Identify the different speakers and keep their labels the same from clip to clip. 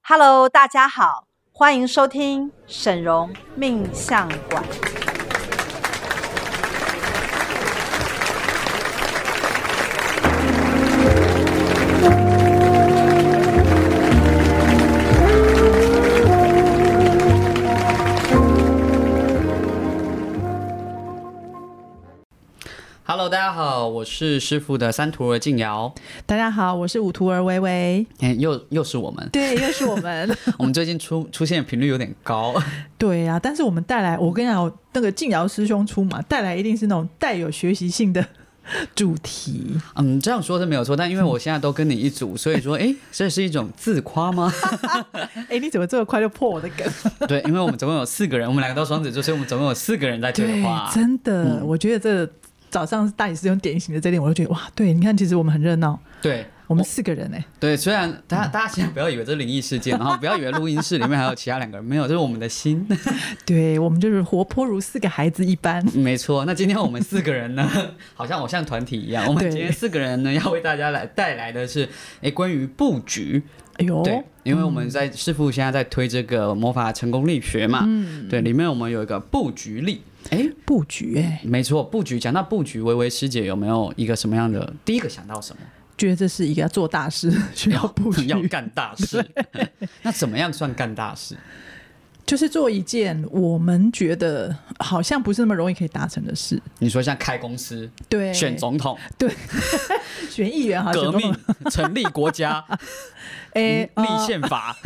Speaker 1: Hello，大家好，欢迎收听沈荣命相馆。
Speaker 2: Hello，大家好，我是师傅的三徒儿静瑶，
Speaker 3: 大家好，我是五徒儿微微，
Speaker 2: 哎、又又是我 们，
Speaker 3: 对，又是我们，
Speaker 2: 我们最近出出现的频率有点高，
Speaker 3: 对呀、但是我们带来，我跟你讲，我那个静瑶师兄出马带来一定是那种带有学习性的 主题，
Speaker 2: 嗯，这样说是没有错，但因为我现在都跟你一组，所以 说，哎、这是一种自夸吗？
Speaker 3: 哎，你怎么这么快就破我的梗？
Speaker 2: 对，因为我们总共有四个人，我们两个都双子座，所以我们总共有四个人在对 话。
Speaker 3: 哎
Speaker 2: 嗯
Speaker 3: 真的，我觉得这早上大理师兄典型的这点，我就觉得哇，对，你看，其实我们很热闹，
Speaker 2: 对
Speaker 3: 我们四个人哎、
Speaker 2: 对，虽然大家大家现在不要以为这是灵异事件，然后不要以为录音室里面还有其他两个人，没有，这是我们的 心。
Speaker 3: 对我们就是活泼如四个孩子一般，
Speaker 2: 没错，那今天我们四个人呢， 好像偶像团体一样，我们
Speaker 3: 对
Speaker 2: 今天四个人呢要为大家来带来的是，哎、关于布局。
Speaker 3: 哎呦，
Speaker 2: 对，因为我们在师傅现在在推这个魔法成功力学嘛，
Speaker 3: 嗯
Speaker 2: 对，里面我们有一个布局力。哎，
Speaker 3: 布局哎、
Speaker 2: 没错，布局。讲到布局，微微师姐有没有一个什么样的第一个想到什么？
Speaker 3: 觉得这是一个要做大事需要哦布局，
Speaker 2: 要干大事。 那怎么样算干大事？
Speaker 3: 就是做一件我们觉得好像不是那么容易可以达成的事。
Speaker 2: 你说像开公司、
Speaker 3: 对，
Speaker 2: 选总统、
Speaker 3: 选议员哈，
Speaker 2: 革
Speaker 3: 选总
Speaker 2: 命嗯
Speaker 3: 统，
Speaker 2: 成立国家、
Speaker 3: 哎，
Speaker 2: 立
Speaker 3: 呃
Speaker 2: 宪法。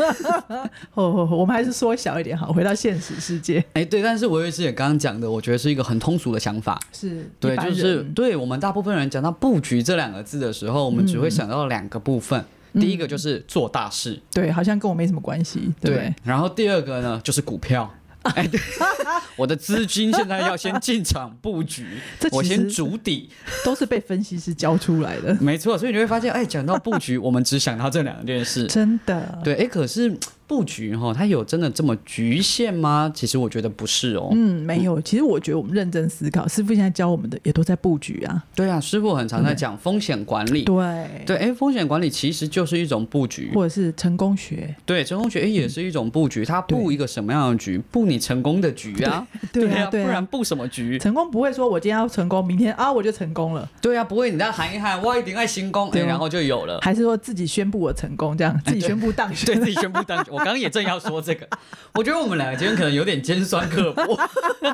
Speaker 3: 哦，哦哦我们还是缩小一点好，回到现实世界
Speaker 2: 哎，对，但是微微师姐刚刚讲的，我觉得是一个很通俗的想法。
Speaker 3: 是
Speaker 2: 对，
Speaker 3: 一般
Speaker 2: 就是
Speaker 3: 人
Speaker 2: 对我们大部分人讲到布局这两个字的时候，我们只
Speaker 3: 嗯
Speaker 2: 会想到两个部分，第一个就是做大事，
Speaker 3: 对，好像跟我没什么关系，对不对？
Speaker 2: 然后第二个呢就是股票。哎，对， 我的资金现在要先进场布局
Speaker 3: 这，
Speaker 2: 我
Speaker 3: 其实
Speaker 2: 先筑底，
Speaker 3: 都是被分析师教出来的，
Speaker 2: 没错。所以你会发现，哎，讲到布 局，我们只想到这两件事。
Speaker 3: 真的。
Speaker 2: 对，哎，可是布局哈、它有真的这么局限吗？其实我觉得不是哦。
Speaker 3: 嗯，没有。其实我觉得我们认真思考，师傅现在教我们的也都在布局啊。
Speaker 2: 对啊，师傅很常在讲风险管理。
Speaker 3: 嗯对，
Speaker 2: 对，哎，风险管理其实就是一种布局。
Speaker 3: 或者是成功学，
Speaker 2: 对，成功学诶
Speaker 3: 嗯
Speaker 2: 也是一种布局，它布一个什么样的局？布你成功的局啊，
Speaker 3: 对
Speaker 2: 啊，
Speaker 3: 啊，对
Speaker 2: 不然
Speaker 3: 啊。
Speaker 2: 布什么局？
Speaker 3: 成功不会说我今天要成功，明天啊我就成功了，
Speaker 2: 对啊，不会，你再喊一喊，哇，一定爱新功，诶
Speaker 3: 对啊
Speaker 2: 然后就有了。
Speaker 3: 还是说自己宣布我成功，这样自己宣布当选
Speaker 2: 呃对，自己宣布当局，我刚刚也正要说这个，我觉得我们两个今天可能有点尖酸刻薄。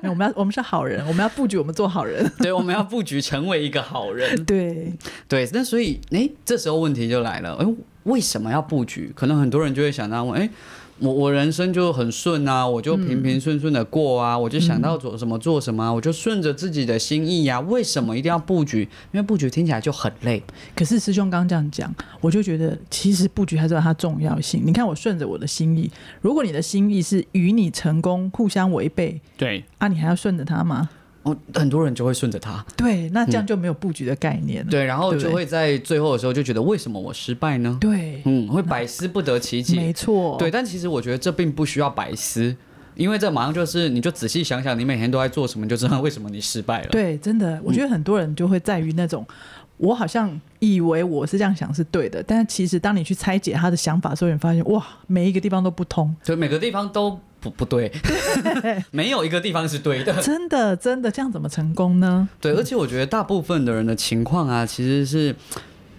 Speaker 3: 没有我们要我们是好人，我们要布局，我们做好人。
Speaker 2: 对，我们要布局成为一个好人。
Speaker 3: 对，
Speaker 2: 对，那所以，哎，这时候问题就来了，哎，为什么要布局？可能很多人就会想到问，哎，我我人生就很顺啊，我就平平顺顺的过
Speaker 3: 嗯
Speaker 2: 啊，我就想到做什么做什么啊、我就顺着自己的心意啊，为什么一定要布局？因为布局听起来就很累，
Speaker 3: 可是师兄刚刚这样讲，我就觉得其实布局还是有它重要性。你看，我顺着我的心意，如果你的心意是与你成功互相违背
Speaker 2: 对，
Speaker 3: 啊，你还要顺着它吗？
Speaker 2: 哦，很多人就会顺着它，
Speaker 3: 对，那这样就没有布局的概念了。
Speaker 2: 嗯对，然后
Speaker 3: 对不
Speaker 2: 就
Speaker 3: 对
Speaker 2: 会在最后的时候就觉得为什么我失败呢？
Speaker 3: 对，
Speaker 2: 嗯，会百思不得其解，
Speaker 3: 没错，
Speaker 2: 对，但其实我觉得这并不需要百思，因为这马上就是你就仔细想想，你每天都在做什么，你就知道为什么你失败了。
Speaker 3: 对，真
Speaker 2: 嗯
Speaker 3: 的，我觉得很多人就会在于那种。我好像以为我是这样想是对的，但是其实当你去拆解他的想法的时候，你发现哇，每一个地方都不通，
Speaker 2: 对，每个地方都不不 对，没有一个地方是对 的。
Speaker 3: 真的真的这样怎么成功呢？
Speaker 2: 对，而且我觉得大部分的人的情况啊，其实是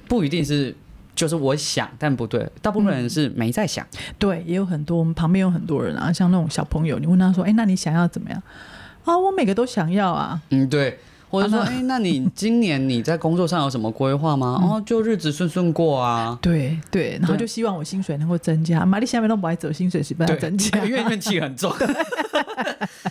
Speaker 2: 不一定是就是我想，但不对，大部分人是没在想。
Speaker 3: 对，也有很多，我们旁边有很多人啊，像那种小朋友，你问他说：“哎、那你想要怎么样？”啊，我每个都想要啊，
Speaker 2: 嗯，对。或者说，
Speaker 3: 啊
Speaker 2: 哎、那你今年你在工作上有什么规划吗？哦，就日子顺顺过啊。
Speaker 3: 对对，然后
Speaker 2: 对
Speaker 3: 就希望我薪水能够增加。 玛丽下面都不爱走，薪水是不要
Speaker 2: 对，。
Speaker 3: 增加
Speaker 2: 怨怨气很 重，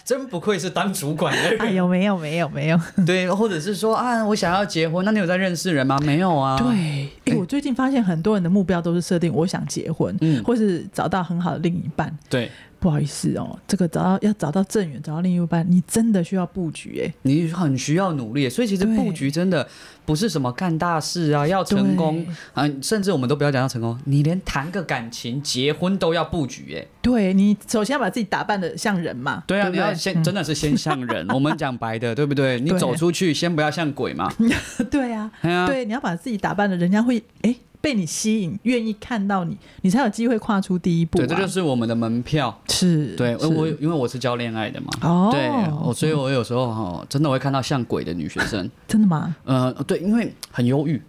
Speaker 2: 真不愧是当主管的人。
Speaker 3: 哎呦，没有没有没有，
Speaker 2: 对，或者是说啊，我想要结婚，那你有在认识人吗？没有啊。
Speaker 3: 对，哎、我最近发现很多人的目标都是设定我想结婚，
Speaker 2: 嗯
Speaker 3: 或是找到很好的另一半。
Speaker 2: 对，
Speaker 3: 不好意思哦，这个找到要找到正缘，找到另一半，你真的需要布局哎、
Speaker 2: 你很需要努力，所以其实
Speaker 3: 对
Speaker 2: 布局真的不是什么干大事啊，要成功
Speaker 3: 对
Speaker 2: 啊、甚至我们都不要讲到成功，你连谈个感情、结婚都要布局耶。
Speaker 3: 对你首先要把自己打扮的像人嘛，
Speaker 2: 对啊，
Speaker 3: 不嗯
Speaker 2: 你要先、真的是先像 人，我们讲白的，对不对？你
Speaker 3: 对
Speaker 2: 走出去先不要像鬼嘛。
Speaker 3: 对啊，
Speaker 2: 对啊，
Speaker 3: 对，你要把自己打扮的，人家会哎、被你吸引，愿意看到你，你才有机会跨出第一步、啊。
Speaker 2: 对，这就是我们的门票。
Speaker 3: 是，
Speaker 2: 对，
Speaker 3: 是
Speaker 2: 我因为我是教恋爱的嘛，
Speaker 3: 哦
Speaker 2: 对，我所以我有时候哈，真的会看到像鬼的女学生，
Speaker 3: 真的吗？
Speaker 2: 呃，对，因为很忧郁。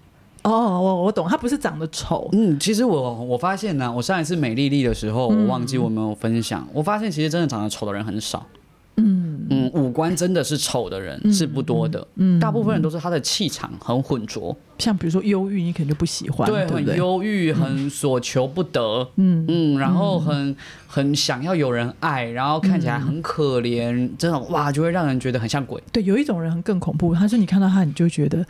Speaker 3: 哦，我我懂，他不是长得丑，
Speaker 2: 嗯，其实我我发现呢、我上一次美丽丽的时候，我忘记我没有分享，我发现其实真的长得丑的人很少。嗯五官真的是丑的人是不多的，嗯，大部分人都是他的气场很浑浊，
Speaker 3: 像比如说忧郁，你可能就不喜欢，对
Speaker 2: 对，
Speaker 3: 不对，
Speaker 2: 很忧郁，很所求不得，嗯嗯，嗯然后很很想要有人爱，然后看起来很可怜，这种哇就会让人觉得很像鬼。
Speaker 3: 对，有一种人很更恐怖，他是你看到他，你就觉得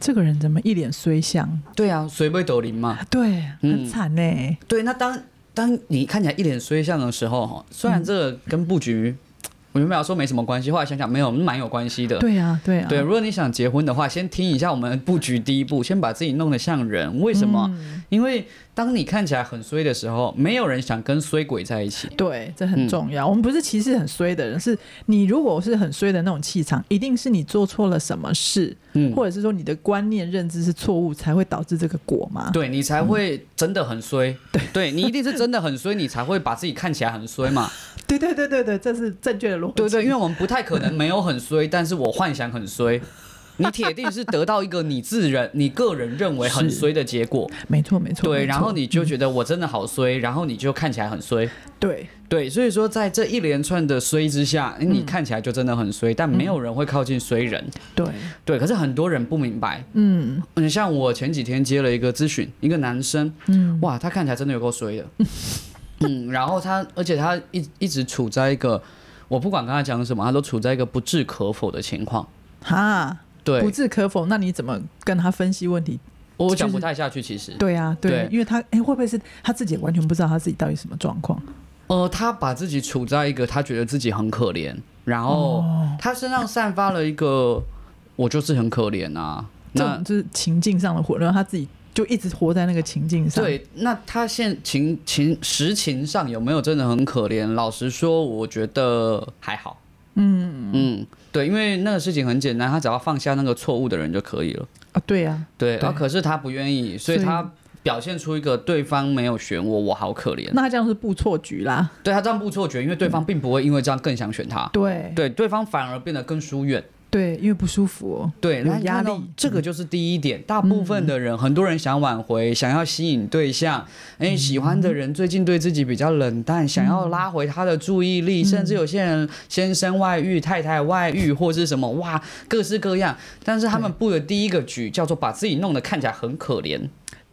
Speaker 3: 这个人怎么一脸衰相？
Speaker 2: 对啊，随被抖灵嘛。
Speaker 3: 对，很
Speaker 2: 嗯
Speaker 3: 惨欸呢、
Speaker 2: 对，那当当你看起来一脸衰相的时候，哈，虽然这个跟布局，我原本要说没什么关系，后来想想没有，蛮有关系的。
Speaker 3: 对呀、对啊呀、
Speaker 2: 对，啊如果你想结婚的话，先听一下我们布局第一步，先把自己弄得像人。为什么？
Speaker 3: 嗯
Speaker 2: 因为当你看起来很衰的时候，没有人想跟衰鬼在一起。
Speaker 3: 对，这很重
Speaker 2: 嗯
Speaker 3: 要。我们不是歧视很衰的人，是你如果是很衰的那种气场，一定是你做错了什么事，
Speaker 2: 嗯
Speaker 3: 或者是说你的观念认知是错误，才会导致这个果嘛。
Speaker 2: 对你才会真的很衰，嗯对，对你一定是真的很衰，你才会把自己看起来很衰嘛。
Speaker 3: 对对对对对，这是正确的逻辑。
Speaker 2: 对对，因为我们不太可能没有很衰，但是我幻想很 衰。你铁定是得到一个你自认、你个人认为很衰的结果，
Speaker 3: 没错没错。
Speaker 2: 对，
Speaker 3: 没错
Speaker 2: 然后你就觉得我真的好衰，然后你就看起来很衰，
Speaker 3: 对
Speaker 2: 对，所以说在这一连串的衰之下，诶你看起来就真的很衰，但没有人会靠近衰人，
Speaker 3: 对，
Speaker 2: 对，可是很多人不明白，
Speaker 3: 嗯
Speaker 2: 嗯，像我前几天接了一个咨询，一个男生，
Speaker 3: 嗯，
Speaker 2: 哇，他看起来真的有够衰的， 嗯，然后他，而且他一一直处在一个，我不管跟他讲什么，他都处在一个不置可否的情况。
Speaker 3: 哈，
Speaker 2: 对
Speaker 3: 不，置可否。那你怎么跟他分析问题？
Speaker 2: 我
Speaker 3: 就
Speaker 2: 讲
Speaker 3: 是
Speaker 2: 不太下去，其实。
Speaker 3: 对啊，对，
Speaker 2: 对
Speaker 3: 因为他哎、会不会是他自己也完全不知道他自己到底什么状况？
Speaker 2: 呃，他把自己处在一个他觉得自己很可怜，然后
Speaker 3: 哦
Speaker 2: 他身上散发了一个我就是很可怜啊。
Speaker 3: 这
Speaker 2: 那
Speaker 3: 种就是情境上的混乱，他自己就一直活在那个情境上。，
Speaker 2: 对，那他现情情实情上有没有真的很可怜？老实说，我觉得还好。嗯嗯，对，因为那个事情很简单，他只要放下那个错误的人就可以了。
Speaker 3: 啊，对啊，
Speaker 2: 对，
Speaker 3: 对
Speaker 2: 然后可是他不愿意，所以
Speaker 3: 所以
Speaker 2: 他表现出一个对方没有选我，我好可怜。
Speaker 3: 那他这样是布错局啦。
Speaker 2: 对他这样不错觉，因为对方并不会因为这样更想选他，
Speaker 3: 对
Speaker 2: 对，对方反而变得更疏远。
Speaker 3: 对，因为不舒服、哦。
Speaker 2: 对，
Speaker 3: 有
Speaker 2: 那你看
Speaker 3: 压
Speaker 2: 到
Speaker 3: 力嗯
Speaker 2: 这个就是第一点。大部分的人，很多人想挽回，想要吸引对象，哎，喜欢
Speaker 3: 嗯
Speaker 2: 的人最近对自己比较冷淡，想要拉回他的注意力，甚
Speaker 3: 嗯
Speaker 2: 至有些人先生外遇、太太外遇或是什么，哇，各式各样。但是他们布的第一个局叫做把自己弄得看起来很可怜，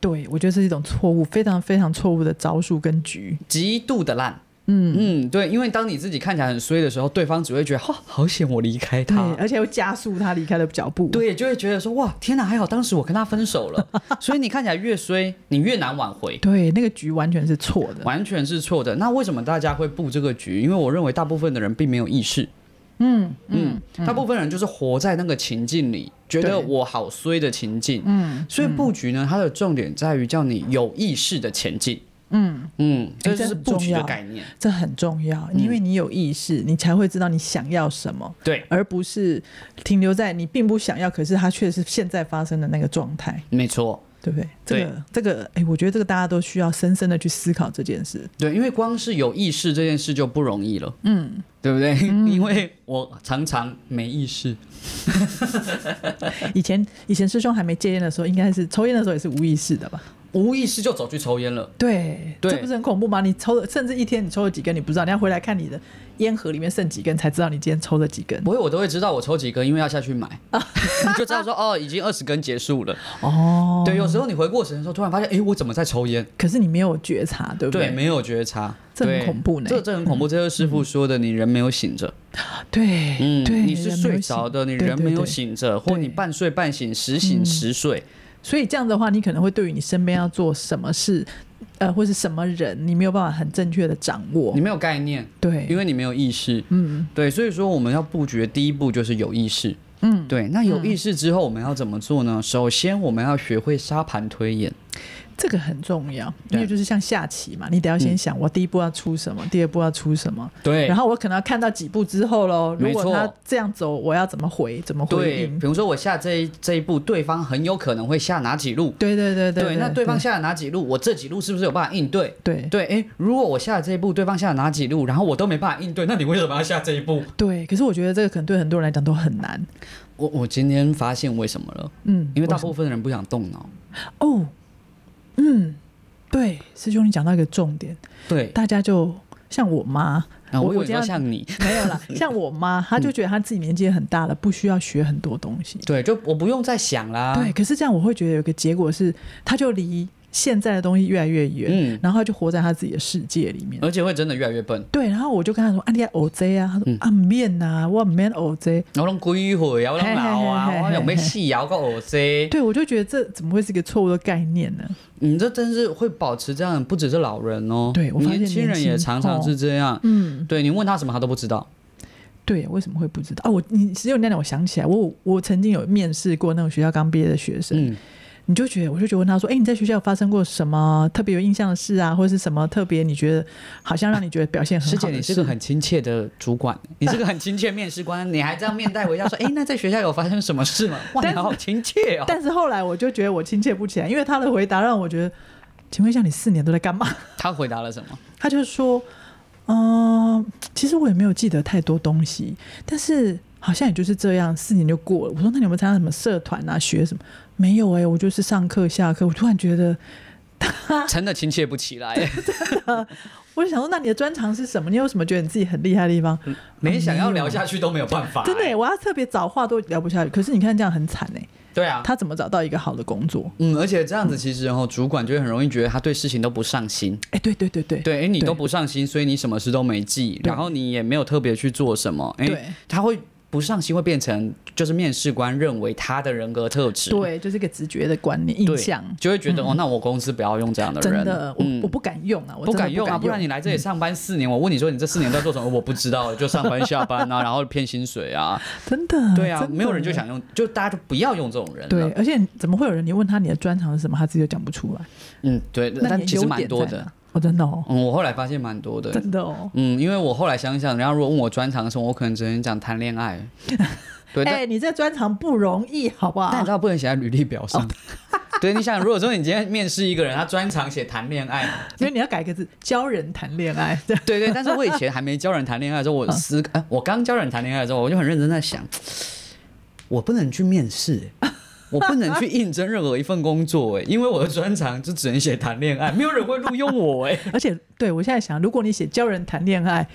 Speaker 3: 对，我觉得这是一种错误，非常非常错误的招数跟局。
Speaker 2: 极度的烂。嗯嗯，对，因为当你自己看起来很衰的时候，对方只会觉得，哈、好险我离开
Speaker 3: 对
Speaker 2: 他。，
Speaker 3: 而且又加速他离开的脚步。，
Speaker 2: 对，就会觉得说哇，天哪，还好当时我跟他分手 了。所以你看起来越衰，你越难挽回，
Speaker 3: 对，那个局完全是错的。
Speaker 2: 完全是错的。那为什么大家会布这个局？因为我认为大部分的人并没有意识。嗯嗯，大部分人就是活在那个情境里，觉得
Speaker 3: 对
Speaker 2: 我好衰的情境。嗯，所以布局呢，它的重点在于叫你有意识的前进。嗯嗯，这就
Speaker 3: 这
Speaker 2: 是
Speaker 3: 很
Speaker 2: 布
Speaker 3: 重
Speaker 2: 局的
Speaker 3: 要
Speaker 2: 概念。
Speaker 3: 这很重要，
Speaker 2: 嗯
Speaker 3: 因为你有意识，你才会知道你想要什么，
Speaker 2: 对，
Speaker 3: 而不是停留在你并不想要，可是它却是现在发生的那个状态，
Speaker 2: 没错。
Speaker 3: 对不对？
Speaker 2: 对
Speaker 3: 这个这个，哎、我觉得这个大家都需要深深的去思考这件事。
Speaker 2: 对，因为光是有意识这件事就不容易了，嗯，对不对？ 因为我常常没意识，嗯
Speaker 3: 以前以前师兄还没戒烟的时候，应该是抽烟的时候也是无意识的吧？
Speaker 2: 无意识就走去抽烟了。
Speaker 3: 对，
Speaker 2: 对
Speaker 3: 这不是很恐怖吗？你抽了，甚至一天你抽了几根，你不知道，你要回来看你的烟盒里面剩几根，才知道你今天抽了几根。
Speaker 2: 不会，我都会知道我抽几根，因为要下去买， 就知道说哦，已经二十根结束了。
Speaker 3: 啊哦，
Speaker 2: 对，有时候你回过神的时候，突然发现，哎，我怎么在抽烟？
Speaker 3: 可是你没有觉察，对不
Speaker 2: 对，没有觉察，
Speaker 3: 这很
Speaker 2: 对
Speaker 3: 恐怖呢嗯
Speaker 2: 这这很恐怖，这就是师傅说的，你人没有醒着，
Speaker 3: 对，
Speaker 2: 嗯，
Speaker 3: 对，
Speaker 2: 你是
Speaker 3: 人没有
Speaker 2: 睡着的，你
Speaker 3: 醒
Speaker 2: 人没有。
Speaker 3: 对对对
Speaker 2: 醒着，或你
Speaker 3: 对嗯
Speaker 2: 半睡半醒，时醒时睡。
Speaker 3: 所以这样的话，你可能会对于你身边要做什么事，呃，或是什么人，你没有办法很正确的掌握
Speaker 2: 你。没有概念，因
Speaker 3: 对，
Speaker 2: 为你没有意识。
Speaker 3: 嗯，
Speaker 2: 对，所以说我们要布局的第一步就是有意识。嗯，对。那有意识之后，我们要怎么做呢？首先，我们要学会沙盘推演。
Speaker 3: 这个很重要，
Speaker 2: 对
Speaker 3: 因为就是像下棋嘛，你得要先想我第一步要出什么，第二步要出什么，
Speaker 2: 对，
Speaker 3: 然后我可能要看到几步之后喽，如
Speaker 2: 没
Speaker 3: 果
Speaker 2: 错
Speaker 3: 他这样走，我要怎么回，怎么回
Speaker 2: 对，
Speaker 3: 应
Speaker 2: 比？如说我下这一这一步，对方很有可能会下哪几路？
Speaker 3: 对对对对，
Speaker 2: 那对方下了哪几路，我这几路是不是有办法应对？
Speaker 3: 对
Speaker 2: 对，哎，如果我下了这一步，对方下了哪几路，然后我都没办法应对，那你为什么要下这一步？
Speaker 3: 对，可是我觉得这个可能对很多人来讲都很难，
Speaker 2: 我我今天发现为什么了，
Speaker 3: 嗯，
Speaker 2: 因为大部分人不想动脑。
Speaker 3: 哦，嗯，对，师兄你讲到一个重点，
Speaker 2: 对，
Speaker 3: 大家就像我妈，
Speaker 2: 啊，我
Speaker 3: 我
Speaker 2: 有
Speaker 3: 我这
Speaker 2: 时候
Speaker 3: 样
Speaker 2: 像嗯你，
Speaker 3: 没有啦，像我妈，她就觉得她自己年纪也很大了，不需要学很多东西。
Speaker 2: 对，就我不用再想啦。
Speaker 3: 对，，可是这样我会觉得有个结果是，她就离现在的东西越来越远，
Speaker 2: 嗯
Speaker 3: 然后她就活在她自己的世界里面。
Speaker 2: 而且会真的越来越笨。
Speaker 3: 对，然后我就跟她说：“啊，你要 OJ 啊？”她
Speaker 2: 嗯
Speaker 3: 说：“啊，面啊，我面 OJ。
Speaker 2: 我拢几岁啊，我拢老啊
Speaker 3: 嘿嘿嘿，嘿
Speaker 2: 我有没细摇个耳塞？
Speaker 3: 对，我就觉得这怎么会是一个错误的概念呢？
Speaker 2: 你嗯这真是会保持这样，不只是老人哦，
Speaker 3: 对我发现
Speaker 2: 年轻人哦
Speaker 3: 年轻
Speaker 2: 也常常是这样。
Speaker 3: 嗯，
Speaker 2: 对你问他什么，他都不知道。
Speaker 3: 对，为什么会不知道？啊，我你只有那样我想起来，我我曾经有面试过那种学校刚毕业的学生，
Speaker 2: 嗯，
Speaker 3: 你就觉得，我就觉得问他说：“哎、你在学校有发生过什么特别有印象的事啊，或者是什么特别你觉得好像让你觉得表现
Speaker 2: 师
Speaker 3: 很好
Speaker 2: 姐，你
Speaker 3: 的
Speaker 2: 是
Speaker 3: 事？”
Speaker 2: 个很亲切的主管，你是个很亲切面试官，你还这样面带微笑说：“哎，那在学校有发生什么事吗？”哇，
Speaker 3: 但
Speaker 2: 你好亲切哦。
Speaker 3: 但是后来我就觉得我亲切不起来，因为他的回答让我觉得，请问一下你四年都在干嘛？
Speaker 2: 他回答了什么？
Speaker 3: 他就说：“嗯、其实我也没有记得太多东西，但是好像也就是这样，四年就过了。”我说：“那你有没有参加什么社团啊？学什么？”没有哎、我就是上课下课，我突然觉得
Speaker 2: 真的亲切不起来，
Speaker 3: 我就想说，那你的专长是什么？你有什么觉得你自己很厉害的地方？
Speaker 2: 嗯连想要聊下去都没有办法。哎
Speaker 3: 真的耶，我要特别找话都聊不下去。可是你看这样很惨哎，
Speaker 2: 对啊，
Speaker 3: 他怎么找到一个好的工作？
Speaker 2: 嗯，而且这样子其实哦，主管就会很容易觉得他对事情都不上心。
Speaker 3: 哎、对对对对
Speaker 2: 对，哎，你
Speaker 3: 对
Speaker 2: 都不上心，所以你什么事都没记，
Speaker 3: 对
Speaker 2: 然后你也没有特别去做什么。
Speaker 3: 对
Speaker 2: 哎，他会不上心，会变成就是面试官认为他的人格特质。
Speaker 3: 对，就是一个直觉的观念
Speaker 2: 对
Speaker 3: 印象。
Speaker 2: 就会觉得哦，那我公司不要用这样的人。
Speaker 3: 嗯真的，我、
Speaker 2: 嗯
Speaker 3: 我不敢用啊，我
Speaker 2: 不
Speaker 3: 真的
Speaker 2: 敢用啊，不
Speaker 3: 不
Speaker 2: 然你来这里上班四年，我问你说你这四年在做什么，我不知道，就上班下班 啊，然后骗薪水啊，
Speaker 3: 真的
Speaker 2: 对啊
Speaker 3: 真，的
Speaker 2: 没有人就想嗯用，就大家就不要用这种人啊
Speaker 3: 对，
Speaker 2: 了。
Speaker 3: 而且怎么会有人你问他你的专长是什么，他自己就讲不出来？
Speaker 2: 嗯，对，
Speaker 3: 那
Speaker 2: 但
Speaker 3: 你
Speaker 2: 其
Speaker 3: 优
Speaker 2: 实
Speaker 3: 点
Speaker 2: 蛮多
Speaker 3: 在
Speaker 2: 的
Speaker 3: 哪。。哦，真的哦，
Speaker 2: 嗯，我后来发现蛮多的。
Speaker 3: 真的哦。
Speaker 2: 嗯，因为我后来想想，然后如果问我专长什么，我可能只能讲谈恋 爱。对，但
Speaker 3: 哎，你这专长不容易，好不
Speaker 2: 但你
Speaker 3: 好
Speaker 2: 知？道不能写在履历表
Speaker 3: 哦
Speaker 2: 上。 对，你想，如果说你今天面试一个人，他专长写谈恋爱，
Speaker 3: 因为你要改一个字，教人谈恋爱。
Speaker 2: 对对，但是我以前还没教人谈恋爱的时候，
Speaker 3: 嗯
Speaker 2: 我思，哎、我刚教人谈恋爱的时候，我就很认真在想，我不能去面试、 哎我不能去应征任何一份工作、哎，因为我的专长就只能写谈恋爱，没有人会录用我、 哎，
Speaker 3: 而且，对我现在想，如果你写教人谈恋爱，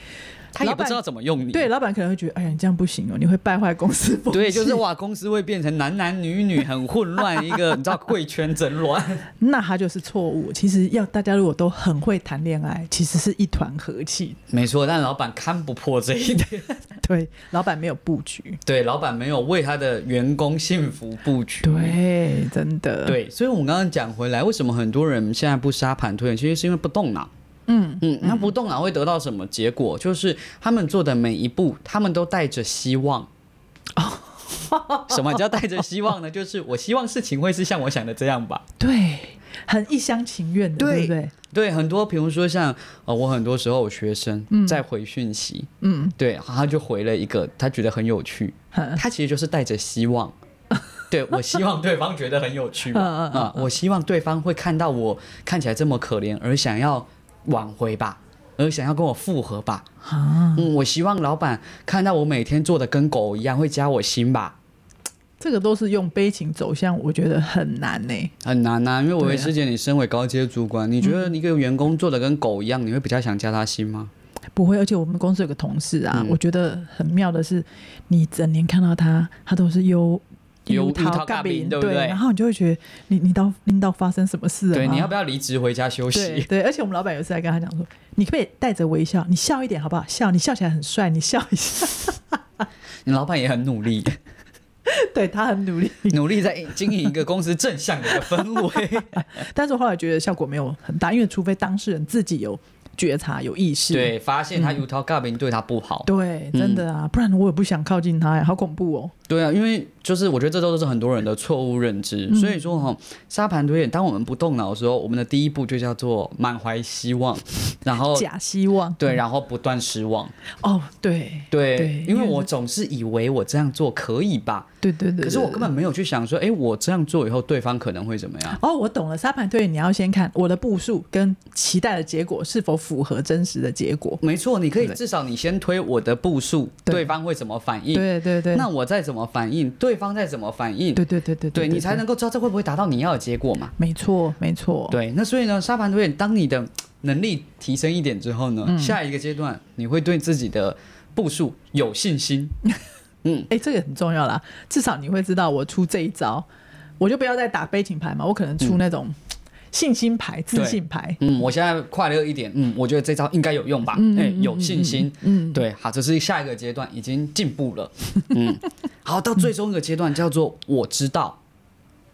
Speaker 2: 他也
Speaker 3: 老
Speaker 2: 不
Speaker 3: 板
Speaker 2: 知道怎么用你。
Speaker 3: 对，老板可能会觉得，哎呀，你这样不行哦，你会败坏公司风气。
Speaker 2: 对，就是哇，公司会变成男男女女很混乱，一个你 知道贵圈争乱。
Speaker 3: 那他就是错误。其实要大家如果都很会谈恋爱，其实是一团和气。
Speaker 2: 没错，但老板看不破这一点。
Speaker 3: 对，老板没有布局。
Speaker 2: 对，老板没有为他的员工幸福布局。
Speaker 3: 对，真的。，
Speaker 2: 对，所以我们刚刚讲回来，为什么很多人现在不沙盘推演，其实是因为不动脑。
Speaker 3: 嗯，
Speaker 2: 嗯，那不动脑会得到什么结果？就是他们做的每一步，他们都带着希望。哦，什么叫带着希 望呢？就是我希望事情会是像我想的这样吧。
Speaker 3: 对，很一厢情愿的，
Speaker 2: 对
Speaker 3: 对不对？
Speaker 2: 对，很多，比如说像呃，我很多时候我学生在回讯息，
Speaker 3: 嗯，
Speaker 2: 对，然后他就回了一个他觉得很有 趣，
Speaker 3: 哼
Speaker 2: 他其实就是带着希望。对，我希望对方觉得很有趣嘛，
Speaker 3: 嗯嗯嗯
Speaker 2: 啊、我希望对方会看到我看起来这么可怜，而想要挽回吧，而想要跟我复合吧。
Speaker 3: 啊，
Speaker 2: 嗯，我希望老板看到我每天做的跟狗一样，会加我薪吧。
Speaker 3: 这个都是用悲情走向，我觉得很难欸呢、
Speaker 2: 很难呐、因为我
Speaker 3: 对
Speaker 2: 为
Speaker 3: 啊
Speaker 2: 师姐，你身为高阶主管，你觉得一个员工做的跟狗一样，你会比较想加他薪吗？
Speaker 3: 不会，而且我们公司有个同事啊，
Speaker 2: 嗯
Speaker 3: 我觉得很妙的是，你整年看到他，他都是忧。
Speaker 2: 忧
Speaker 3: 桃
Speaker 2: 忧桃
Speaker 3: 嘎
Speaker 2: 嘎饼
Speaker 3: 饼
Speaker 2: 对不
Speaker 3: 对？
Speaker 2: 对
Speaker 3: 然后你就会觉得，你你到拎到发生什么事了吗？
Speaker 2: 对，你要不要离职回家休
Speaker 3: 啊对
Speaker 2: 息？
Speaker 3: 对，而且我们老板有一次还跟他讲说，你可不可以带着微笑，你笑一点好不好？笑，你笑起来很帅，你笑一下。
Speaker 2: 你老板也很努力，
Speaker 3: 对他 很努力，
Speaker 2: 努力在经营一个公司正向的一个氛围。
Speaker 3: 但是我后来觉得效果没有很大，因为除非当事人自己有觉察、有意 识。
Speaker 2: 对，嗯发现他 Utah g a b i n 对他不好。
Speaker 3: 对，真的啊，不然我也不想靠近他呀，好恐怖哦。
Speaker 2: 对啊，因为就是我觉得这都是很多人的错误认知，
Speaker 3: 嗯
Speaker 2: 所以说哈、沙盘推演，当我们不动脑的时候，我们的第一步就叫做满怀希望，然后
Speaker 3: 假希望，
Speaker 2: 对，然后不断失望，
Speaker 3: 哦，对，
Speaker 2: 对，
Speaker 3: 对
Speaker 2: 因
Speaker 3: 因
Speaker 2: 为
Speaker 3: 为
Speaker 2: 我总是以为我这样做可以吧，
Speaker 3: 对对对。
Speaker 2: 可是我
Speaker 3: 对
Speaker 2: 根本没有去想说，哎，我这样做以后对方可能会怎么样？
Speaker 3: 哦，我懂了，沙盘推演你要先看我的步数跟期待的结果是否符合真实的结果。
Speaker 2: 没错，你可以
Speaker 3: 对
Speaker 2: 至少你先推我的步数，
Speaker 3: 对
Speaker 2: 对方会怎么反应？
Speaker 3: 对对对，
Speaker 2: 那我再怎么反应，对方再怎么反应，
Speaker 3: 对对对对
Speaker 2: 对你才能够知道这会不会达到你要的结果嘛？
Speaker 3: 没错没错。
Speaker 2: 对，那所以呢，沙盘推演，当你的能力提升一点之后
Speaker 3: 嗯
Speaker 2: 呢，下一个阶段你会对自己的步数有信心。
Speaker 3: 哎、这个很重要啦，至少你会知道我出这一招，我就不要再打悲情牌嘛，我可能出那种信心牌、自信牌。
Speaker 2: 嗯，我现在快乐一点，嗯，我觉得这招应该有用吧？哎、
Speaker 3: 嗯嗯嗯
Speaker 2: 有信心。
Speaker 3: 嗯，
Speaker 2: 对，好，这是下一个阶段，已经进步了。嗯， 好，到最终一个阶段叫做我知道，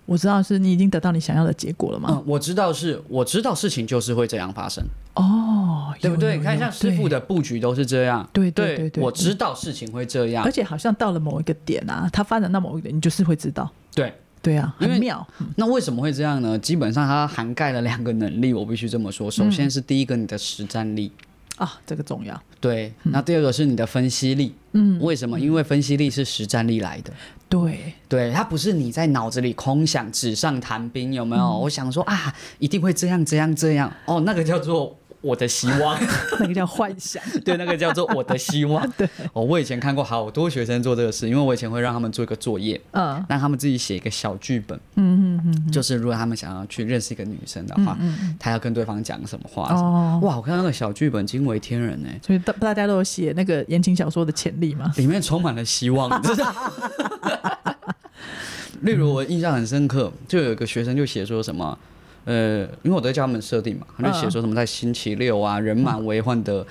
Speaker 3: 我知道是你已经得到你想要的结果了嘛。
Speaker 2: 嗯，我知道是我知道事情就是会这样发生，
Speaker 3: 哦，
Speaker 2: 对不
Speaker 3: 有
Speaker 2: 对？
Speaker 3: 有
Speaker 2: 你看
Speaker 3: 有
Speaker 2: 像师傅
Speaker 3: 对
Speaker 2: 的布局都是这样，
Speaker 3: 对对对对
Speaker 2: 我知道事情会这样
Speaker 3: 而，且好像到了某一个点啊，它发展到某一个点，你就是会知道。
Speaker 2: 对。
Speaker 3: 对啊，
Speaker 2: 因为
Speaker 3: 很妙。
Speaker 2: 那为什么会这样呢？基本上它涵盖了两个能力，我必须这么说。首先是第一个，你的实战力。
Speaker 3: 啊，这个重要。
Speaker 2: 对，那第二个是你的分析力，嗯，为什么？因为分析力是实战力来的，
Speaker 3: 对，
Speaker 2: 对，它不是你在脑子里空想、纸上谈兵，有没有？我想说啊，一定会这样、这样、这样，哦，那个叫做我的希 望，
Speaker 3: 那个叫幻想。
Speaker 2: 对，那个叫做我的希 望。
Speaker 3: 对，
Speaker 2: 哦，我以前看过好多学生做这个事，因为我以前会让他们做一个作业，
Speaker 3: 嗯
Speaker 2: 让他们自己写一个小剧本，
Speaker 3: 嗯嗯嗯，
Speaker 2: 就是如果他们想要去认识一个女生的话，他要跟对方讲什么话？
Speaker 3: 哦
Speaker 2: 哇，我看那个小剧本惊为天人呢、欸
Speaker 3: 所以大大家都有写那个言情小说的潜力嘛。
Speaker 2: 里面充满了希望，你知道吗？例如我印象很深刻，就有一个学生就写说什么。呃，因为我都在教他们设定嘛，他就写
Speaker 3: 嗯
Speaker 2: 说什么在星期六啊，人满为患的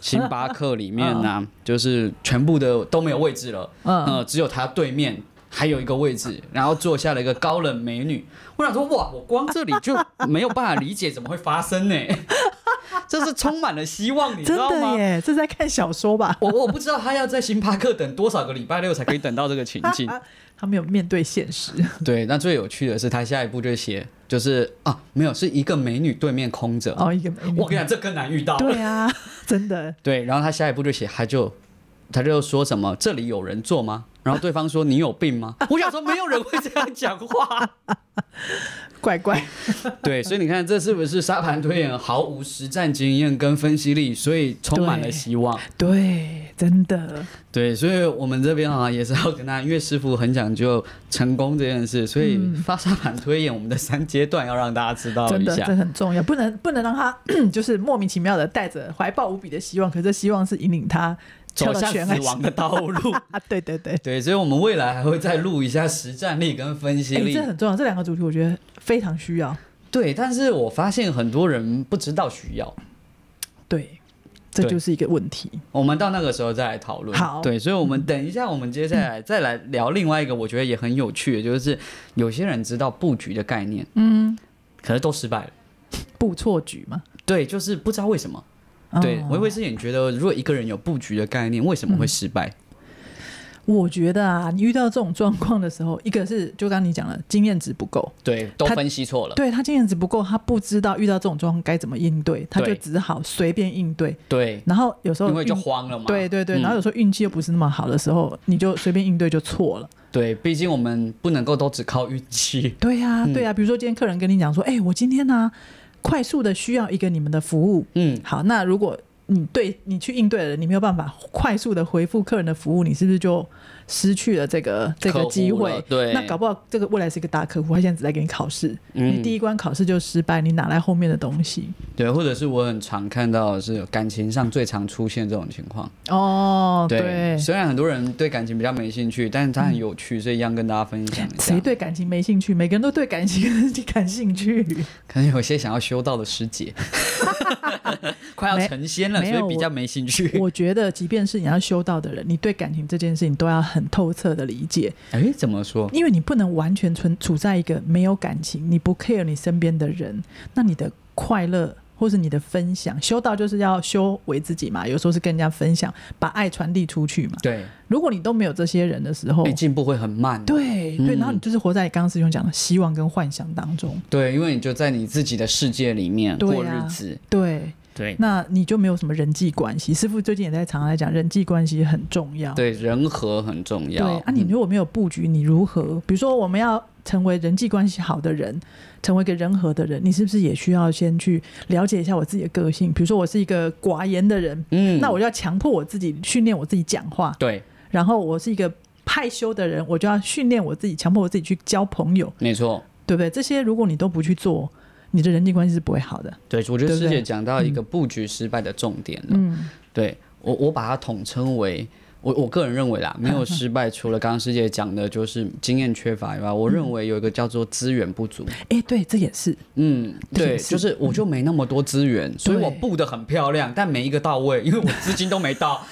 Speaker 2: 星巴克里面啊， 就是全部的都没有位置了，
Speaker 3: 嗯
Speaker 2: 呃，只有他对面还有一个位置，然后坐下了一个高冷美女。我想说，哇，我光这里就没有办法理解怎么会发生呢、 这是充满了希望，你知
Speaker 3: 真
Speaker 2: 道吗
Speaker 3: 的？耶，这是在看小说吧？
Speaker 2: 我我不知道他要在星巴克等多少个礼拜六才可以等到这个情境。
Speaker 3: 他没有面对现实。
Speaker 2: 对，那最有趣的是他下一步就写，就是啊，没有，是一个美女对面空着。
Speaker 3: 哦，一个美女。
Speaker 2: 我跟你讲，这更难遇到。
Speaker 3: 对啊，真的。
Speaker 2: 对然后他下一步就写，他就他就说什么这里有人坐吗？然后对方说你有病吗？ 我想说没有人会这样讲话。
Speaker 3: 怪怪，
Speaker 2: 对，所以你看这是不是沙盘推演毫无实战经验跟分析力，所以充满了
Speaker 3: 对
Speaker 2: 希望。
Speaker 3: 对，真的，
Speaker 2: 对，所以我们这边啊也是要跟他，因为师傅很讲究成功这件事，所以发沙盘推演我们的三阶段要让大家知道
Speaker 3: 嗯真
Speaker 2: 一
Speaker 3: 的，
Speaker 2: 下
Speaker 3: 这。很重要，不能不能让他 就是莫名其妙的带着怀抱无比的希望，可是希望是引领他
Speaker 2: 走
Speaker 3: 跳到
Speaker 2: 向
Speaker 3: 悬
Speaker 2: 死
Speaker 3: 崖
Speaker 2: 亡的道 路。
Speaker 3: 啊！对对对，
Speaker 2: 对，所以我们未来还会再录一下实战力跟分析
Speaker 3: 哎、
Speaker 2: 力。
Speaker 3: 这很重要，这两个主题我觉得非常需要。
Speaker 2: 对，但是我发现很多人不知道需要，
Speaker 3: 对，这
Speaker 2: 对
Speaker 3: 就是一个问题。
Speaker 2: 我们到那个时候再来讨论。
Speaker 3: 好
Speaker 2: 对，所以我们等一下，我们接下来再来聊另外一个我觉得也很有趣的，就是有些人知道布局的概念，
Speaker 3: 嗯，
Speaker 2: 可是都失败了。
Speaker 3: 布错局嘛。
Speaker 2: 对，就是不知道为什么。
Speaker 3: 哦
Speaker 2: 对，维维斯，你觉得如果一个人有布局的概念，为什么会失败？
Speaker 3: 我觉得啊，你遇到这种状况的时候，一个是就刚刚你讲了，经验值不够，
Speaker 2: 对，都
Speaker 3: 他
Speaker 2: 分析错了。
Speaker 3: 对他经验值不够，他不知道遇到这种状况该怎么应对，他就
Speaker 2: 对
Speaker 3: 只好随便应对。
Speaker 2: 对，
Speaker 3: 然后有时候
Speaker 2: 因为就
Speaker 3: 运
Speaker 2: 慌了嘛。
Speaker 3: 对对
Speaker 2: 嗯
Speaker 3: 对，然后有时候运气又不是那么好的时候，你就随便应对就错了。
Speaker 2: 对，毕竟我们不能够都只靠运气。
Speaker 3: 对呀、对呀、比如说今天客人跟你讲说，哎、我今天呢、快速的需要一个你们的服务，
Speaker 2: 嗯，
Speaker 3: 好，那如果你对你去应对了，你没有办法快速的回复客人的服务，你是不是就失去了这个这
Speaker 2: 客
Speaker 3: 个
Speaker 2: 户
Speaker 3: 机
Speaker 2: 了
Speaker 3: 会？
Speaker 2: 对
Speaker 3: 那搞不好这个未来是一个大客户，他现在只在给你考试，
Speaker 2: 嗯
Speaker 3: 你第一关考试就失败，你哪来后面的东西？
Speaker 2: 对，或者是我很常看到的是感情上最常出现这种情况。
Speaker 3: 哦，
Speaker 2: 对，啊虽然很多人对感情比较没兴趣，但是它很有趣，所以一样跟大家分享一
Speaker 3: 谁
Speaker 2: 下。
Speaker 3: 对感情没兴趣？每个人都对感情 感 兴趣。
Speaker 2: 可能有些想要修道的师 姐，快要
Speaker 3: 没
Speaker 2: 成仙了，
Speaker 3: 没
Speaker 2: 所
Speaker 3: 有
Speaker 2: 以比较没兴趣。
Speaker 3: 我觉得，即便是你要修道的人，你对感情这件事情都要很透彻的理解，
Speaker 2: 哎，怎么说？
Speaker 3: 因为你不能完全存处在一个没有感情，你不 care 你身边的人，那你的快乐或是你的分享，修道就是要修为自己嘛，有时候是跟人家分享，把爱传递出去嘛。
Speaker 2: 对，
Speaker 3: 如果你都没有这些人的时候
Speaker 2: 你，进步会很慢。
Speaker 3: 哦对对，然后你就是活在你刚刚师兄讲的希望跟幻想当中，
Speaker 2: 对，因为你就在你自己的世界里面
Speaker 3: 对啊
Speaker 2: 过日子。
Speaker 3: 对，
Speaker 2: 对
Speaker 3: 那你就没有什么人际关系。师傅最近也在常常在讲，人际关系很重要。
Speaker 2: 对，人和很重
Speaker 3: 对
Speaker 2: 要。嗯
Speaker 3: 啊，你如果没有布局，你如何？比如说，我们要成为人际关系好的人，成为一个人和的人，你是不是也需要先去了解一下我自己的个性？比如说，我是一个寡言的人，
Speaker 2: 嗯，
Speaker 3: 那我就要强迫我自己训练我自己讲话；
Speaker 2: 对，
Speaker 3: 然后我是一个害羞的人，我就要训练我自己，强迫我自己去交朋友，
Speaker 2: 没错。
Speaker 3: 对不对？这些如果你都不去做，你的人际关系是不会好的。
Speaker 2: 对，我觉得
Speaker 3: 对不
Speaker 2: 师姐
Speaker 3: 对
Speaker 2: 讲到一个布局失败的重点了。
Speaker 3: 嗯，
Speaker 2: 对我，我把它统称为。我我个人认为啦，没有失 败，除了刚刚师姐讲的，就是经验缺乏以外，我
Speaker 3: 嗯
Speaker 2: 认为有一个叫做资源不足。
Speaker 3: 哎，对，这也是
Speaker 2: 嗯，
Speaker 3: 这
Speaker 2: 对，
Speaker 3: 也是
Speaker 2: 就是我就没那么多资源，所以我布的很漂亮，但没一个到位，因为我资金都没到，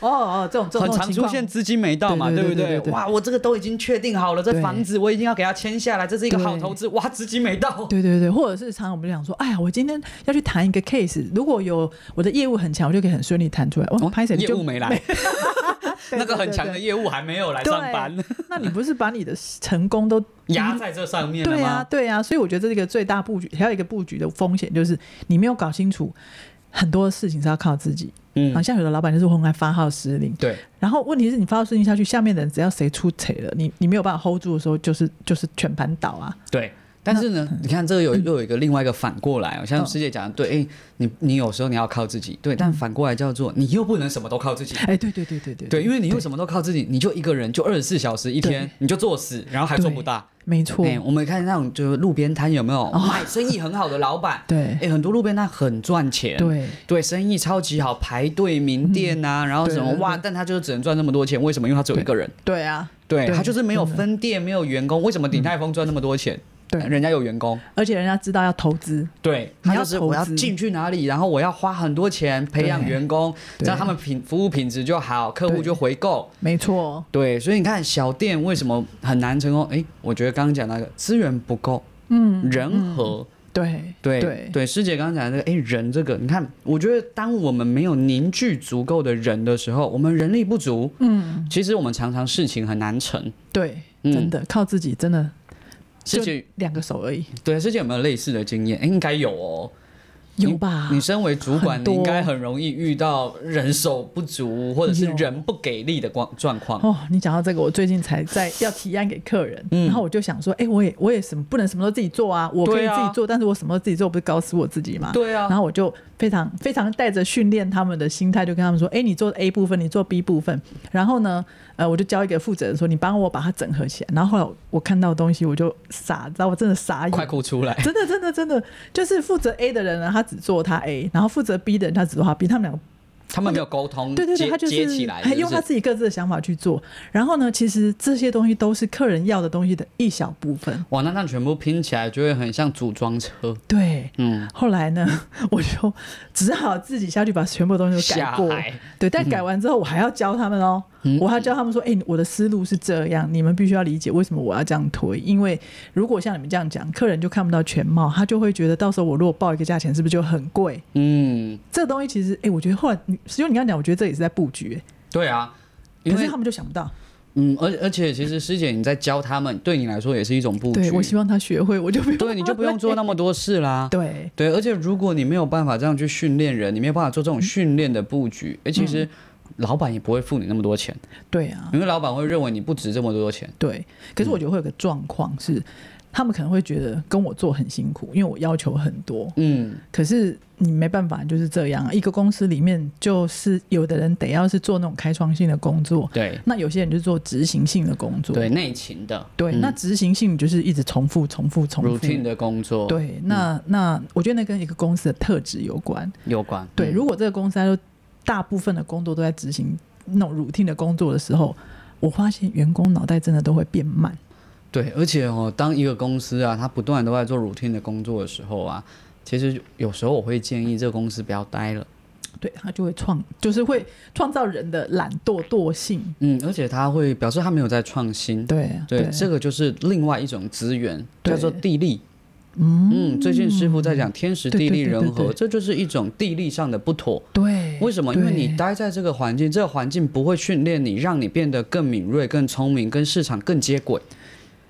Speaker 3: 哦哦，这种这
Speaker 2: 很
Speaker 3: 种
Speaker 2: 常
Speaker 3: 情
Speaker 2: 出
Speaker 3: 况
Speaker 2: 现资金没到嘛，
Speaker 3: 对对
Speaker 2: 不
Speaker 3: 对对对对
Speaker 2: 哇，我这个都已经确定好了，这
Speaker 3: 对
Speaker 2: 房子我已经要给他签下来，这是一个好投资，哇，资金没到。
Speaker 3: 对对对，或者是常常我们就想说，哎呀，我今天要去谈一个 case，如果有我的业务很强，我就可以很顺利谈出来。 哦，拍谁、
Speaker 2: 业
Speaker 3: 就
Speaker 2: 务没 来，那个很强的
Speaker 3: 对
Speaker 2: 业务还没有来
Speaker 3: 对
Speaker 2: 上班，
Speaker 3: 那你不是把你的成功都
Speaker 2: 压在这上面了
Speaker 3: 对啊
Speaker 2: 吗？
Speaker 3: 对啊？所以我觉得这是一个最大布局，还有一个布局的风险就是你没有搞清楚。很多事情是要靠自己，
Speaker 2: 嗯
Speaker 3: 好，像有的老板就是很爱发号施令，
Speaker 2: 对，
Speaker 3: 然后问题是你发号施令下去，下面的人只要谁出腿了，你你没有办法 hold 住的时候，就是就是全盘倒啊。
Speaker 2: 对。但是呢，
Speaker 3: 嗯
Speaker 2: 你看这个有又有一个另外一个反过来、哦，像师姐讲的，对，哎、你你有时候你要靠自己，对，但反过来叫做你又不能什么都靠自己，
Speaker 3: 哎，嗯对对对对对
Speaker 2: 对，因为你又什么都靠自己，你就一个人就二十四小时一天
Speaker 3: 对，
Speaker 2: 你就作死，然后还做不大。
Speaker 3: 没错，
Speaker 2: 哎、我们看那种就是路边摊有没有卖生意很好的老板，
Speaker 3: 哦 对
Speaker 2: 哎、很多路边摊很赚钱，
Speaker 3: 对嗯
Speaker 2: 对，生意超级好，排队名店啊，然后什么
Speaker 3: 对对
Speaker 2: 哇，
Speaker 3: 对
Speaker 2: 但他就是只能赚那么多钱，为什么？因为他只有一个人，
Speaker 3: 对啊，
Speaker 2: 对
Speaker 3: 对
Speaker 2: 他就是没有
Speaker 3: 真的
Speaker 2: 分店，没有员工，为什么鼎泰丰赚那么多钱？
Speaker 3: 嗯对
Speaker 2: 人家有员工，
Speaker 3: 而且人家知道要投资，
Speaker 2: 对，
Speaker 3: 你
Speaker 2: 他
Speaker 3: 要
Speaker 2: 就是
Speaker 3: 投
Speaker 2: 我要
Speaker 3: 资
Speaker 2: 进去哪里，然后我要花很多钱培养
Speaker 3: 对
Speaker 2: 员工，
Speaker 3: 对
Speaker 2: 这样他们品服务品质就好，客户
Speaker 3: 对
Speaker 2: 就回购，
Speaker 3: 没错，
Speaker 2: 对，所以你看小店为什么很难成功？哎，我觉得刚刚讲那个资源不够，
Speaker 3: 嗯，
Speaker 2: 人和、
Speaker 3: 对
Speaker 2: 对
Speaker 3: 对
Speaker 2: 师姐刚刚讲的那个，哎，人这个，你看，我觉得当我们没有凝聚足够的人的时候，我们人力不足，
Speaker 3: 嗯，
Speaker 2: 其实我们常常事情很难成。
Speaker 3: 对，
Speaker 2: 嗯
Speaker 3: 真的靠自己，真的
Speaker 2: 师
Speaker 3: 就
Speaker 2: 姐
Speaker 3: 两个手而已，
Speaker 2: 对师姐有没有类似的经验？哎，应该有哦。
Speaker 3: 有吧？
Speaker 2: 你身为主管，
Speaker 3: 很
Speaker 2: 你
Speaker 3: 多
Speaker 2: 应该很容易遇到人手不足或者是
Speaker 3: 有
Speaker 2: 人不给力的光状况。
Speaker 3: 哦，你讲到这个，我最近才在要提案给客人，
Speaker 2: 嗯
Speaker 3: 然后我就想说，哎，我也我也什么不能什么都自己做啊，我可
Speaker 2: 对
Speaker 3: 以
Speaker 2: 啊
Speaker 3: 自己做，但是我什么都自己做，不是搞死我自己吗？
Speaker 2: 对啊
Speaker 3: 然后我就非常非常带着训练他们的心态，就跟他们说，哎，你做 A 部分，你做 B 部分，然后呢，呃，我就交一个负责人说，你帮我把它整合起来。然后后来我看到东西，我就傻，你知道我真的傻眼，
Speaker 2: 快哭出 来！
Speaker 3: 真的，真的，真的，就是负责 A 的人呢，他只做他 A，然后负责 B 的人他只做他 B，他们两个
Speaker 2: 他们没有沟通，
Speaker 3: 对对对，
Speaker 2: 嗯接
Speaker 3: 他就是
Speaker 2: 接起来，
Speaker 3: 还
Speaker 2: 是
Speaker 3: 用
Speaker 2: 不
Speaker 3: 他
Speaker 2: 是
Speaker 3: 自己各自的想法去做。然后呢，其实这些东西都是客人要的东西的一小部分。
Speaker 2: 哇，那那全部拼起来就会很像组装车。
Speaker 3: 对，
Speaker 2: 嗯，
Speaker 3: 后来呢， 我就只好自己下去把全部东西都改
Speaker 2: 下
Speaker 3: 过。
Speaker 2: 海。
Speaker 3: 对，但改完之后，我还要教他们哦，
Speaker 2: 嗯
Speaker 3: 我还要教他们说，哎、我的思路是这样，你们必须要理解为什么我要这样推，因为如果像你们这样讲，客人就看不到全貌，他就会觉得到时候我如果报一个价钱，是不是就很贵？
Speaker 2: 嗯，
Speaker 3: 这个东西其实，哎、我觉得后来你，实际你刚刚讲，我觉得这也是在布局、
Speaker 2: 对啊，
Speaker 3: 哎
Speaker 2: 因
Speaker 3: 可
Speaker 2: 为
Speaker 3: 是他们就想不到。
Speaker 2: 嗯，而而且其实师姐你在教他们，对你来说也是一种布局
Speaker 3: 对，。我希望他学会，我就不用，。
Speaker 2: 对，你就不用做那么多事啦
Speaker 3: 对，
Speaker 2: 对，而且如果你没有办法这样去训练人，你没有办法做这
Speaker 3: 嗯
Speaker 2: 种训练的布局，哎，其实老板也不会付你那么多钱，
Speaker 3: 对啊，
Speaker 2: 因为老板会认为你不值这么多钱。
Speaker 3: 对。可
Speaker 2: 嗯
Speaker 3: 是我觉得会有个状况是，他们可能会觉得跟我做很辛苦，因为我要求很多。
Speaker 2: 嗯，
Speaker 3: 可是你没办法，就是这样啊。一个公司里面，就是有的人得要是做那种开创性的工作，
Speaker 2: 对
Speaker 3: 那有些人就做执行性的工作。
Speaker 2: 对，内勤的嗯
Speaker 3: 对，那执行性就是一直重复、重复、重复。
Speaker 2: routine 的嗯工作
Speaker 3: 对，那那我觉得那跟一个公司的特质有关。
Speaker 2: 有关。嗯
Speaker 3: 对，如果这个公司它就大部分的工作都在执行那种 routine 的工作的时候，我发现员工脑袋真的都会变慢。
Speaker 2: 对，而且哦，当一个公司啊，它不断地都在做 routine 的工作的时候啊，其实有时候我会建议这个公司不要待了。
Speaker 3: 对他就会创，就是会创造人的懒惰惰性。
Speaker 2: 嗯，而且它会表示它没有在创新。
Speaker 3: 对啊
Speaker 2: 对，这个就是另外一种资源，
Speaker 3: 对
Speaker 2: 叫做地利。嗯，最近师傅在讲天时地利人
Speaker 3: 对对对
Speaker 2: 和，
Speaker 3: 对对
Speaker 2: 这就是一种地利上的不妥。
Speaker 3: 对，
Speaker 2: 为什么？因为你
Speaker 3: 对
Speaker 2: 待在这个环境，这个环境不会训练你，让你变得更敏锐、更聪明、跟市场更接轨，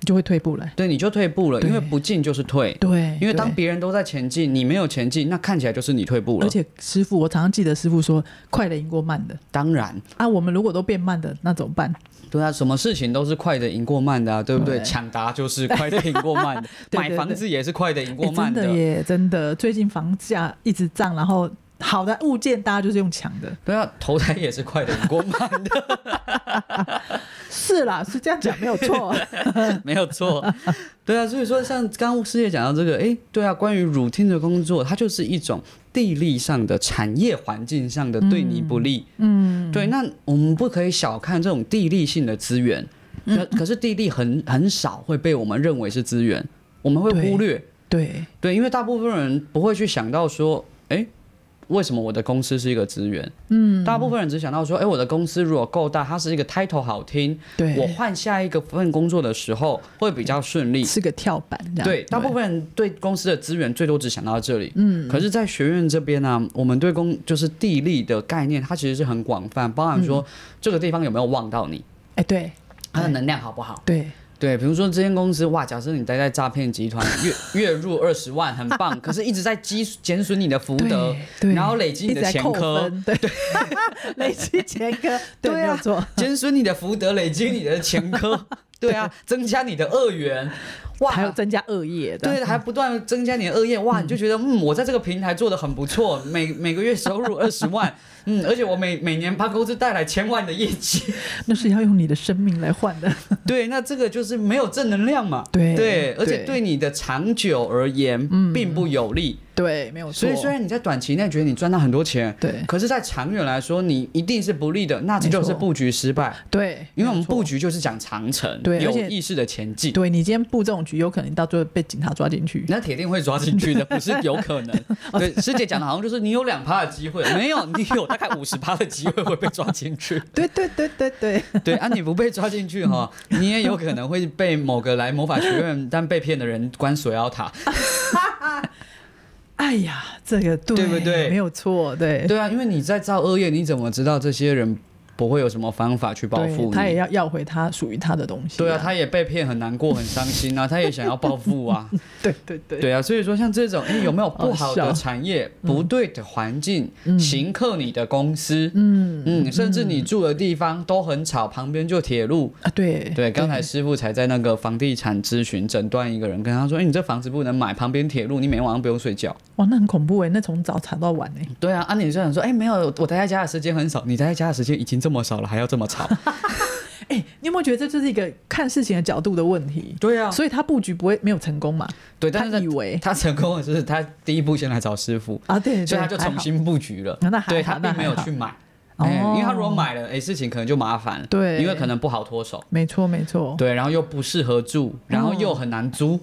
Speaker 3: 你就会退步了。
Speaker 2: 对，你就退步了。
Speaker 3: 对
Speaker 2: 因为不进就是退，
Speaker 3: 对，
Speaker 2: 因为
Speaker 3: 对
Speaker 2: 当别人都在前进，你没有前进，那看起来就是你退步
Speaker 3: 而
Speaker 2: 了。
Speaker 3: 且师傅，我常常记得师傅说，快的赢过慢的
Speaker 2: 当然，
Speaker 3: 啊。我们如果都变慢的，那怎么办？
Speaker 2: 对啊，什么事情都是快的赢过慢的啊，对不对？
Speaker 3: 对
Speaker 2: 抢答就是快的赢过慢的，
Speaker 3: 对
Speaker 2: 买
Speaker 3: 对
Speaker 2: 房
Speaker 3: 对
Speaker 2: 子也是快的赢过
Speaker 3: 诶
Speaker 2: 慢
Speaker 3: 真的耶，真的，最近房价一直涨，然后好的物件大家就是用抢的。
Speaker 2: 对啊，投胎也是快的赢过慢的。
Speaker 3: 是啦，是这样讲没 有错。
Speaker 2: 没有错，对啊，所以说像刚刚师姐讲到这个，哎，对啊，关于 routine 的工作，它就是一种地利上的、产业环境上的对你不利，嗯，对，那我们不可以小看这种地利性的资源，可可是地利很很少会被我们认为是资源，我们会忽略，
Speaker 3: 对，
Speaker 2: 对，因为大部分人不会去想到说，哎。为什么我的公司是一个资源？嗯，大部分人只想到说，哎、我的公司如果够大，它是一个 title 好听，
Speaker 3: 对，
Speaker 2: 我换下一个份工作的时候会比较顺利。
Speaker 3: 是个啊跳板，这样
Speaker 2: 对，大部分人对公司的资源最多只想到这里。嗯，可是，在学院这边呢、啊我们对公就是地利的概念，它其实是很广泛，包含说这个地方有没有旺到你，
Speaker 3: 嗯哎，对
Speaker 2: 它的能量好不好。
Speaker 3: 对，
Speaker 2: 对，比如说这间公司，哇，假设你待在诈骗集 团，月月入二十万，很棒，可是一直在积减损你的福德
Speaker 3: 对，对
Speaker 2: 然后累积你
Speaker 3: 一直
Speaker 2: 的
Speaker 3: 在
Speaker 2: 前
Speaker 3: 扣
Speaker 2: 科，
Speaker 3: 分，对， 累积前科，对，
Speaker 2: 对
Speaker 3: 没
Speaker 2: 啊
Speaker 3: 有错，
Speaker 2: 减损你的福德，累积你的前 科，对啊，增加你的恶缘，哇，
Speaker 3: 还有增加恶业的，
Speaker 2: 对，还不断增加你的恶业，哇，你就觉得嗯，我在这个平台做的很不错，每每个月收 入二十万，嗯，而且我每每年帮公司带来千万的业 绩，
Speaker 3: 那是要用你的生命来换的，
Speaker 2: 对，那这个就是没有正能量嘛，
Speaker 3: 对
Speaker 2: 对，而且
Speaker 3: 对
Speaker 2: 对你的长久而言并不有利，
Speaker 3: 对，没有错。
Speaker 2: 所以虽然你在短期内觉得你赚到很多钱，
Speaker 3: 对
Speaker 2: 可是，在长远来说，你一定是不利的，那这就是
Speaker 3: 没错
Speaker 2: 布局失败。
Speaker 3: 对，
Speaker 2: 因为我们
Speaker 3: 没有
Speaker 2: 布
Speaker 3: 错
Speaker 2: 局就是讲长城，
Speaker 3: 对
Speaker 2: 有
Speaker 3: 而且
Speaker 2: 意识的前进，
Speaker 3: 对你今天布这种局，有可能到最后被警察抓进去。
Speaker 2: 那铁定会抓进去的，不是有可 能。对，师姐讲的好像就是你有两趴的机会，没有，你有大概五十趴的机会会被抓进去。
Speaker 3: 对对对对对，
Speaker 2: 对啊，你不被抓进去哈，你也有可能会被某个来魔法学院但被骗的人关锁妖塔。
Speaker 3: 哎呀，这个对
Speaker 2: 对不对
Speaker 3: 没有错，对
Speaker 2: 对啊，因为你在造恶业，你怎么知道这些人不会有什么方法去报复
Speaker 3: 对他也
Speaker 2: 你？
Speaker 3: 要要回他属于他的东西。
Speaker 2: 对啊，他也被骗，很难过，很伤心啊，他也想要报复啊。
Speaker 3: 对对对
Speaker 2: 对啊，所以说像这种，哎，有没有不好
Speaker 3: 好
Speaker 2: 的
Speaker 3: 笑
Speaker 2: 产业、不对的环境、行克你的公司？嗯嗯，甚至你住的地方都很吵，旁边就铁路。
Speaker 3: 啊，对
Speaker 2: 嗯对，刚才师傅才在那个房地产咨询诊断一个人，跟他说：“哎、你这房子不能买，旁边铁路，你每天晚上不用睡觉。
Speaker 3: 哇，那很恐怖哎，那从早查到晚哎，”
Speaker 2: 对啊，啊，你就想说：“哎、没有，我待在家的时间很少，你待在家的时间已经这么少了，还要这么吵
Speaker 3: 哎，你有没有觉得这就是一个看事情的角度的问题？”？
Speaker 2: 对啊，
Speaker 3: 所以他布局不会没有成功嘛？
Speaker 2: 对，但是
Speaker 3: 他
Speaker 2: 在
Speaker 3: 以为
Speaker 2: 他成功的就是他第一步先来找师傅，
Speaker 3: 啊，对，对
Speaker 2: 所以他就
Speaker 3: 还好哦
Speaker 2: 重新布局了
Speaker 3: 那还。好
Speaker 2: 对他
Speaker 3: 那还
Speaker 2: 并没有
Speaker 3: 好
Speaker 2: 去买，
Speaker 3: 哦
Speaker 2: 哎，因为他如果买了，哎，事情可能就麻烦了。
Speaker 3: 对哦
Speaker 2: 因为可能不好脱手。
Speaker 3: 没错没错，
Speaker 2: 对，然后又不适合住，
Speaker 3: 哦
Speaker 2: 然后又很难租。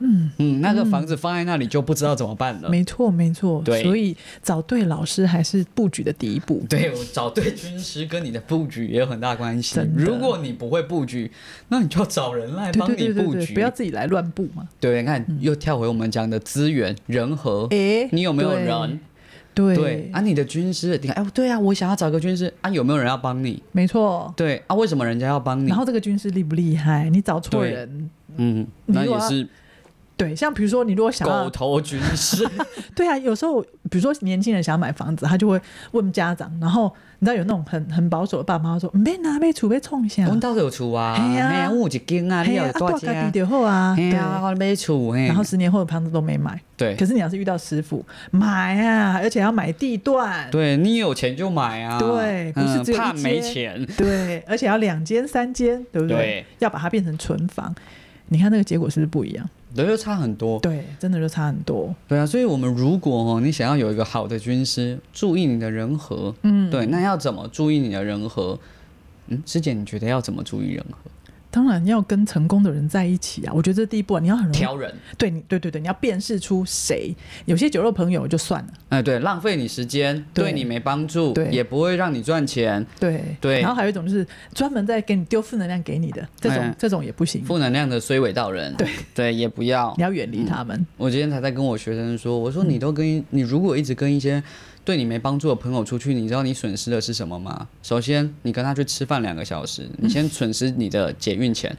Speaker 2: 嗯嗯，那个房子放在那里就不知道怎么办了。
Speaker 3: 没错没错。
Speaker 2: 对
Speaker 3: 所以找对老师还是布局的第一步。
Speaker 2: 对，我找对军师跟你的布局也有很大关系
Speaker 3: 真。的
Speaker 2: 如果你不会布局，那你就找人来
Speaker 3: 对
Speaker 2: 帮
Speaker 3: 对
Speaker 2: 你
Speaker 3: 对对
Speaker 2: 布
Speaker 3: 对，
Speaker 2: 局。
Speaker 3: 不要自己来乱布嘛。
Speaker 2: 对，你看又跳回我们讲的资源人和。
Speaker 3: 哎，
Speaker 2: 你有没有
Speaker 3: 对
Speaker 2: 人？？
Speaker 3: 对
Speaker 2: 对啊，你的军师，你看，哎，对啊，我想要找个军师啊，有没有人要帮你？
Speaker 3: 没错。
Speaker 2: 对啊，为什么人家要帮你
Speaker 3: 然？后这个军师厉不厉害？你找错
Speaker 2: 对
Speaker 3: 人，
Speaker 2: 嗯，
Speaker 3: 你
Speaker 2: 那
Speaker 3: 如
Speaker 2: 也
Speaker 3: 果要
Speaker 2: 是
Speaker 3: 对，像比如说你如果想
Speaker 2: 狗
Speaker 3: 要，
Speaker 2: 头军 师，
Speaker 3: 对啊，有时候比如说年轻人想要买房子，他就会问家长，然后你知道有那种很很保守的爸妈说，别拿被储备冲下
Speaker 2: 我，们到底有厝啊，
Speaker 3: 嘿啊
Speaker 2: 嘿啊，我有一间啊，你
Speaker 3: 嘿
Speaker 2: 也
Speaker 3: 啊
Speaker 2: 有
Speaker 3: 啊
Speaker 2: 多少
Speaker 3: 住家
Speaker 2: 间
Speaker 3: 己？就好啊，
Speaker 2: 嘿
Speaker 3: 对。
Speaker 2: 啊，我买厝嘿
Speaker 3: 然。后十年后的房子都没买，
Speaker 2: 对
Speaker 3: 可是你要是遇到师傅买啊，而且要买地段，
Speaker 2: 对你有钱就买啊，
Speaker 3: 对不是
Speaker 2: 嗯
Speaker 3: 只有一
Speaker 2: 怕没
Speaker 3: 间
Speaker 2: 钱，
Speaker 3: 对，而且要两间三间，对不
Speaker 2: 对
Speaker 3: 对？要把它变成存房，你看那个结果是不是不一样？
Speaker 2: 对，就差很多。
Speaker 3: 对，真的就差很多。
Speaker 2: 对啊，所以我们如果哦，你想要有一个好的军师，注意你的人和，嗯，对，那要怎么注意你的人和？嗯，师姐，你觉得要怎么注意人和？
Speaker 3: 当然要跟成功的人在一起啊！我觉得这第一步啊，你要很容易
Speaker 4: 挑人，
Speaker 3: 对你对对对，你要辨识出谁有些酒肉朋友就算了，
Speaker 2: 哎，对，浪费你时间，
Speaker 3: 对
Speaker 2: 对你没帮助
Speaker 3: 对，
Speaker 2: 也不会让你赚钱，
Speaker 3: 对
Speaker 2: 对
Speaker 3: 然后还有一种就是专门在给你丢负能量给你的这种、
Speaker 2: 哎
Speaker 3: 这种也不行，
Speaker 2: 负能量的衰尾道人，对对，也不要
Speaker 3: 你。要远离他们。
Speaker 2: 我今天才在跟我学生说，我说你都跟你如果一直跟一些对你没帮助的朋友出去，你知道你损失的是什么吗？首先，你跟他去吃饭两个小时，你先损失你的捷运 钱，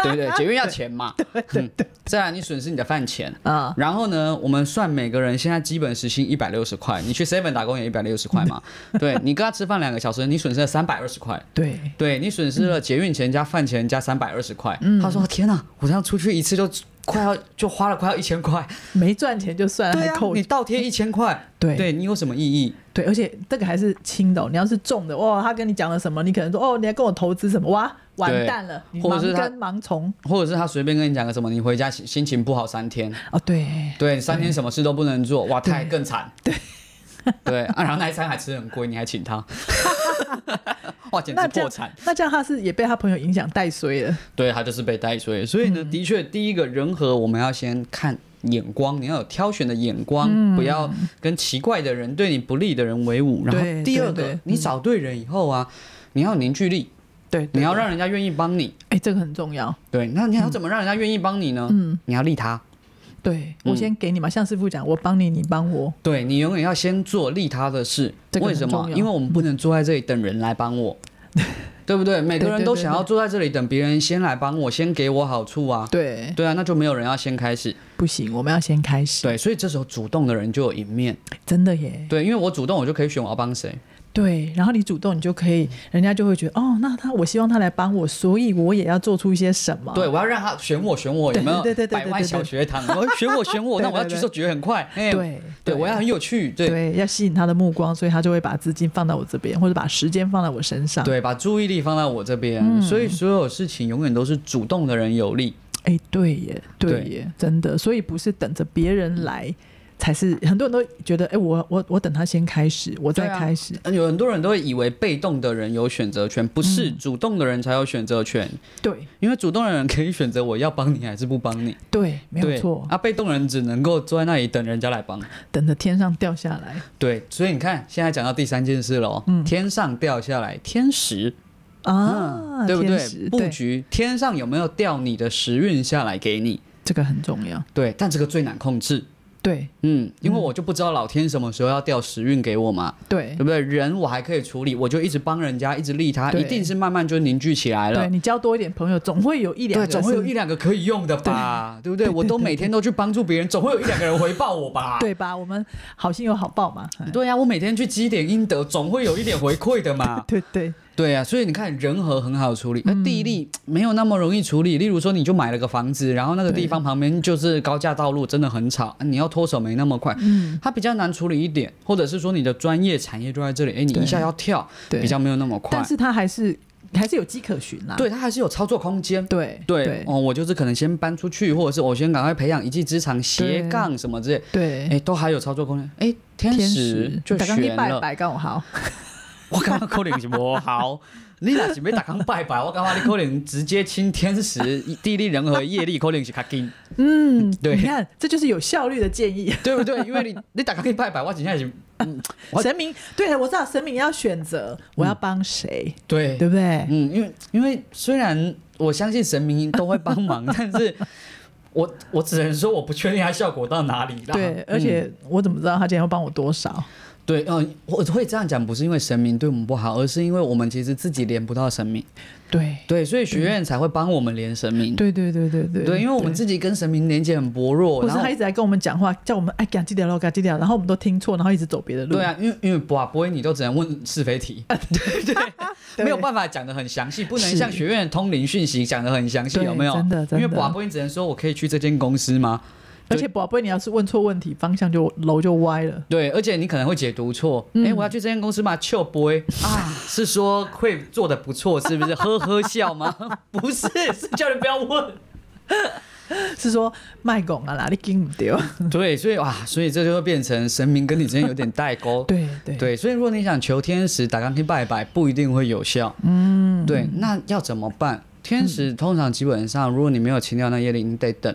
Speaker 2: 对不对？捷运要钱嘛，对对对。再来，你损失你的饭钱，
Speaker 3: 啊，
Speaker 2: 然后呢，我们算每个人现在基本时薪一百六十块，你去 Seven 打工也一百六十块 嘛，对你跟他吃饭两个小时，你损失了三百二十块，
Speaker 3: 对，
Speaker 2: 对你损失了捷运钱加饭钱加三百二十块。
Speaker 3: 嗯
Speaker 2: 他说：“天哪，我这样出去一次就快要就花了快要一千 块，
Speaker 3: 没赚钱就算了，
Speaker 2: 对
Speaker 3: 还
Speaker 2: 啊
Speaker 3: 扣，
Speaker 2: 你倒贴一千块，
Speaker 3: 对
Speaker 2: 对你有什么意义？
Speaker 3: 对，而且这个还是轻的哦、你要是重的，哦，他跟你讲了什么，你可能说哦，你要跟我投资什么，哇，完
Speaker 2: 对
Speaker 3: 蛋了，你
Speaker 2: 或者是
Speaker 3: 盲
Speaker 2: 他
Speaker 3: 跟盲从
Speaker 2: 或者是他随便跟你讲个什么，你回家心心情不好三 天，
Speaker 3: 哦，对，
Speaker 2: 对，三天什么事都不能做，哇，他还更 惨，对。”对啊，然后那一餐还吃得很贵，你还请他， 哇，简直
Speaker 3: 那这
Speaker 2: 破
Speaker 3: 样
Speaker 2: 产。
Speaker 3: 那这样他是也被他朋友影响带衰了，
Speaker 2: 对他就是被带衰，所以呢，
Speaker 3: 嗯
Speaker 2: 的确，第一个人和我们要先看眼光，你要有挑选的眼光，
Speaker 3: 嗯
Speaker 2: 不要跟奇怪的人、对你不利的人为伍。然
Speaker 3: 对
Speaker 2: 后第二
Speaker 3: 对对
Speaker 2: 个
Speaker 3: 嗯，
Speaker 2: 你找对人以后啊，你要有凝聚力，
Speaker 3: 对，对
Speaker 2: 你要
Speaker 3: 对
Speaker 2: 让人家愿意帮你。
Speaker 3: 哎、这个很重要，
Speaker 2: 对，那你要怎么让人家愿意帮你呢？
Speaker 3: 嗯，
Speaker 2: 你要利他。
Speaker 3: 对我
Speaker 2: 嗯
Speaker 3: 先给你嘛，像师傅讲，我帮你，你帮我，
Speaker 2: 对你永远要先做利他的事，
Speaker 3: 这个
Speaker 2: 为
Speaker 3: 很
Speaker 2: 什么
Speaker 3: 重？要
Speaker 2: 因为我们不能坐在这里等人来帮 我，对不对？每个人都
Speaker 3: 对对对
Speaker 2: 想要
Speaker 3: 对
Speaker 2: 坐在这里等别人先来帮我，先给我好处啊。
Speaker 3: 对，
Speaker 2: 对啊，那就没有人要先开始。
Speaker 3: 不行，我们要先开始，
Speaker 2: 对，所以这时候主动的人就有赢面。
Speaker 3: 真的耶，
Speaker 2: 对，因为我主动，我就可以选我要帮谁。
Speaker 3: 对，然后你主动，你就可以，人家就会觉得哦，那他我希望他来帮我，所以我也要做出一些什么。
Speaker 2: 对，我要让他选我，选我，有没有？
Speaker 3: 哦对对对对对
Speaker 2: 百万
Speaker 3: 对对
Speaker 2: 小学堂，我要选我，选我，
Speaker 3: 对
Speaker 2: 那我要
Speaker 3: 对
Speaker 2: 举
Speaker 3: 对
Speaker 2: 手举得很 快。哎，
Speaker 3: 对
Speaker 2: 对，我要很有趣。对
Speaker 3: 对要吸引他的目光，所以他就会把资金放到我这边，或者把时间放到我身上。，
Speaker 2: 对，把注意力放在我这
Speaker 3: 嗯
Speaker 2: 边，所以所有事情永远都是主动的人有利。
Speaker 3: 哎，对耶，对
Speaker 2: 对
Speaker 3: 耶，真的，所以不是等着别人来。才是很多人都觉得，哎、我我我等他先开始，我再
Speaker 2: 对啊
Speaker 3: 开始，
Speaker 2: 呃有很多人都会以为被动的人有选择权，不是
Speaker 3: 嗯
Speaker 2: 主动的人才有选择权，
Speaker 3: 对
Speaker 2: 因为主动的人可以选择我要帮你还是不帮你。
Speaker 3: 对，没
Speaker 2: 对
Speaker 3: 有错，
Speaker 2: 啊，被动人只能够坐在那里等人家来帮。
Speaker 3: 等着天上掉下来
Speaker 2: 对，所以你看，现在讲到第三件事了，嗯、天上掉下来天时，嗯
Speaker 3: 啊，
Speaker 2: 对不
Speaker 3: 天
Speaker 2: 对？
Speaker 3: 使
Speaker 2: 布
Speaker 3: 对
Speaker 2: 局天上有没有掉你的时运下来给你？
Speaker 3: 这个很重要，
Speaker 2: 对，但这个最难控制。
Speaker 3: 对
Speaker 2: 嗯，因为我就不知道老天什么时候要掉时运给我嘛，
Speaker 3: 对
Speaker 2: 对不对？人我还可以处理，我就一直帮人家，一直利他，
Speaker 3: 对
Speaker 2: 一定是慢慢就凝聚起来
Speaker 3: 对，
Speaker 2: 了。
Speaker 3: 你交多一点朋友，总会有一两
Speaker 2: 啊对，
Speaker 3: 个，
Speaker 2: 总会有一两个可以用的吧，对不对？我都每天都去帮助别人，总会有一两个人回报我吧。
Speaker 3: 对吧？我们好心有好报嘛。哎
Speaker 2: 对呀、我每天去积点阴德，总会有一点回馈的 嘛。
Speaker 3: 对对
Speaker 2: 对啊，所以你看人和很好
Speaker 3: 嗯
Speaker 2: 处理，那地利没有那么容易处理。例如说，你就买了个房子，然后那个地方旁边就是高架道路，真的很吵，你要脱手没那么快，
Speaker 3: 嗯
Speaker 2: 它比较难处理一点，或者是说你的专业产业就在这里，哎，你
Speaker 3: 对
Speaker 2: 一下要跳，
Speaker 3: 对，
Speaker 2: 比较没有那么快
Speaker 3: 但，是他还是还是有迹可循啦。
Speaker 2: 对，它还是有操作空间。
Speaker 3: 对
Speaker 2: 对，哦，我就是可能先搬出去，或者是我先赶快培养一技之长，斜
Speaker 3: 对
Speaker 2: 杠什么之类，
Speaker 3: 对，
Speaker 2: 哎，都还有操作空间。哎，天
Speaker 3: 天
Speaker 2: 使
Speaker 3: 使
Speaker 2: 就
Speaker 3: 大纲一
Speaker 2: 悬
Speaker 3: 拜
Speaker 2: 了，
Speaker 3: 拜刚好，
Speaker 2: 我感觉可能是无 效。你若是要逐工拜拜，我感觉你可能直接亲天 时、地利、人和、业力，可能是较紧，
Speaker 3: 嗯，
Speaker 2: 对
Speaker 3: 你看这就是有效率的建议。
Speaker 2: 对不对？因为 你你逐工去拜拜，我真正是我嗯
Speaker 3: 神明，对我知道神明要选择我要帮谁，
Speaker 2: 对
Speaker 3: 对不对？
Speaker 2: 嗯，因为因为虽然我相信神明都会帮忙，但 是我我只能说我不确定它效果到哪里啦。
Speaker 3: 对，
Speaker 2: 嗯
Speaker 3: 而且我怎么知道他今天要帮我多少？
Speaker 2: 对，呃，我会这样讲，不是因为神明对我们不好，而是因为我们其实自己连不到神明，
Speaker 3: 对，
Speaker 2: 对，所以学院才会帮我们连神明。
Speaker 3: 对对对对对
Speaker 2: 对，因为我们自己跟神明连接很薄弱，
Speaker 3: 或
Speaker 2: 然
Speaker 3: 是
Speaker 2: 后
Speaker 3: 他一直在跟我们讲话，叫我们哎，赶紧点喽，赶紧点，然后我们都听错，然后一直走别的路。
Speaker 2: 对啊，因为因为不啊，不会你都只能问是非 题，
Speaker 3: 啊
Speaker 2: 对对，没有办法讲的很详细，不能
Speaker 3: 是
Speaker 2: 像学院的通灵讯息讲的很详细，
Speaker 3: 对
Speaker 2: 有没有？
Speaker 3: 真的真的
Speaker 2: 因为不啊，不会你只能说我可以去这间公司吗？
Speaker 3: 而且宝贝，你要是问错问题，方向就楼就歪了。
Speaker 2: 对，而且你可能会解读错，
Speaker 3: 嗯
Speaker 2: 哎、我要去这间公司吗？就不会啊， 是说会做的不错，是不是？呵呵笑吗？ 不是，是叫你不要 问。
Speaker 3: 是说卖拱啊啦，你跟不 丢。
Speaker 2: 对，所以哇，所以这就会变成神明跟你之间有点代 沟。
Speaker 3: 对对
Speaker 2: 对，所以如果
Speaker 3: 嗯
Speaker 2: 你想求天时打钢琴拜拜，不一定会有效。嗯，对，那要怎么办？天使通常基本上，如果你没有清掉那业力，你得等，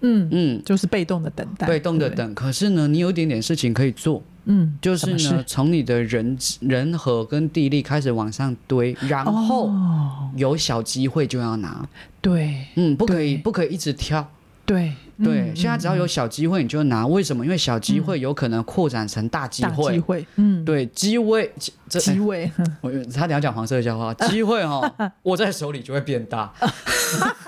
Speaker 3: 嗯，
Speaker 2: 嗯，
Speaker 3: 就是被动的等待，
Speaker 2: 被动的
Speaker 3: 对不对，
Speaker 2: 等。可是呢，你有一点点事情可以做，
Speaker 3: 嗯，
Speaker 2: 就是
Speaker 3: 什么
Speaker 2: 呢，
Speaker 3: 事
Speaker 2: 从你的人人和跟地利开始往上堆，然后
Speaker 3: 哦，
Speaker 2: 有小机会就要拿，
Speaker 3: 对
Speaker 2: 嗯，不可以，
Speaker 3: 对
Speaker 2: 不可以一直挑。
Speaker 3: 对
Speaker 2: 对，
Speaker 3: 嗯
Speaker 2: 现在只要有小机会你就拿，为什么？因为小机会有可能扩展成大机
Speaker 3: 大机
Speaker 2: 会。
Speaker 3: 会，嗯，
Speaker 2: 对，哎机会，这
Speaker 3: 机会，
Speaker 2: 我差点要讲黄色笑话，机会哦，握在手里就会变大，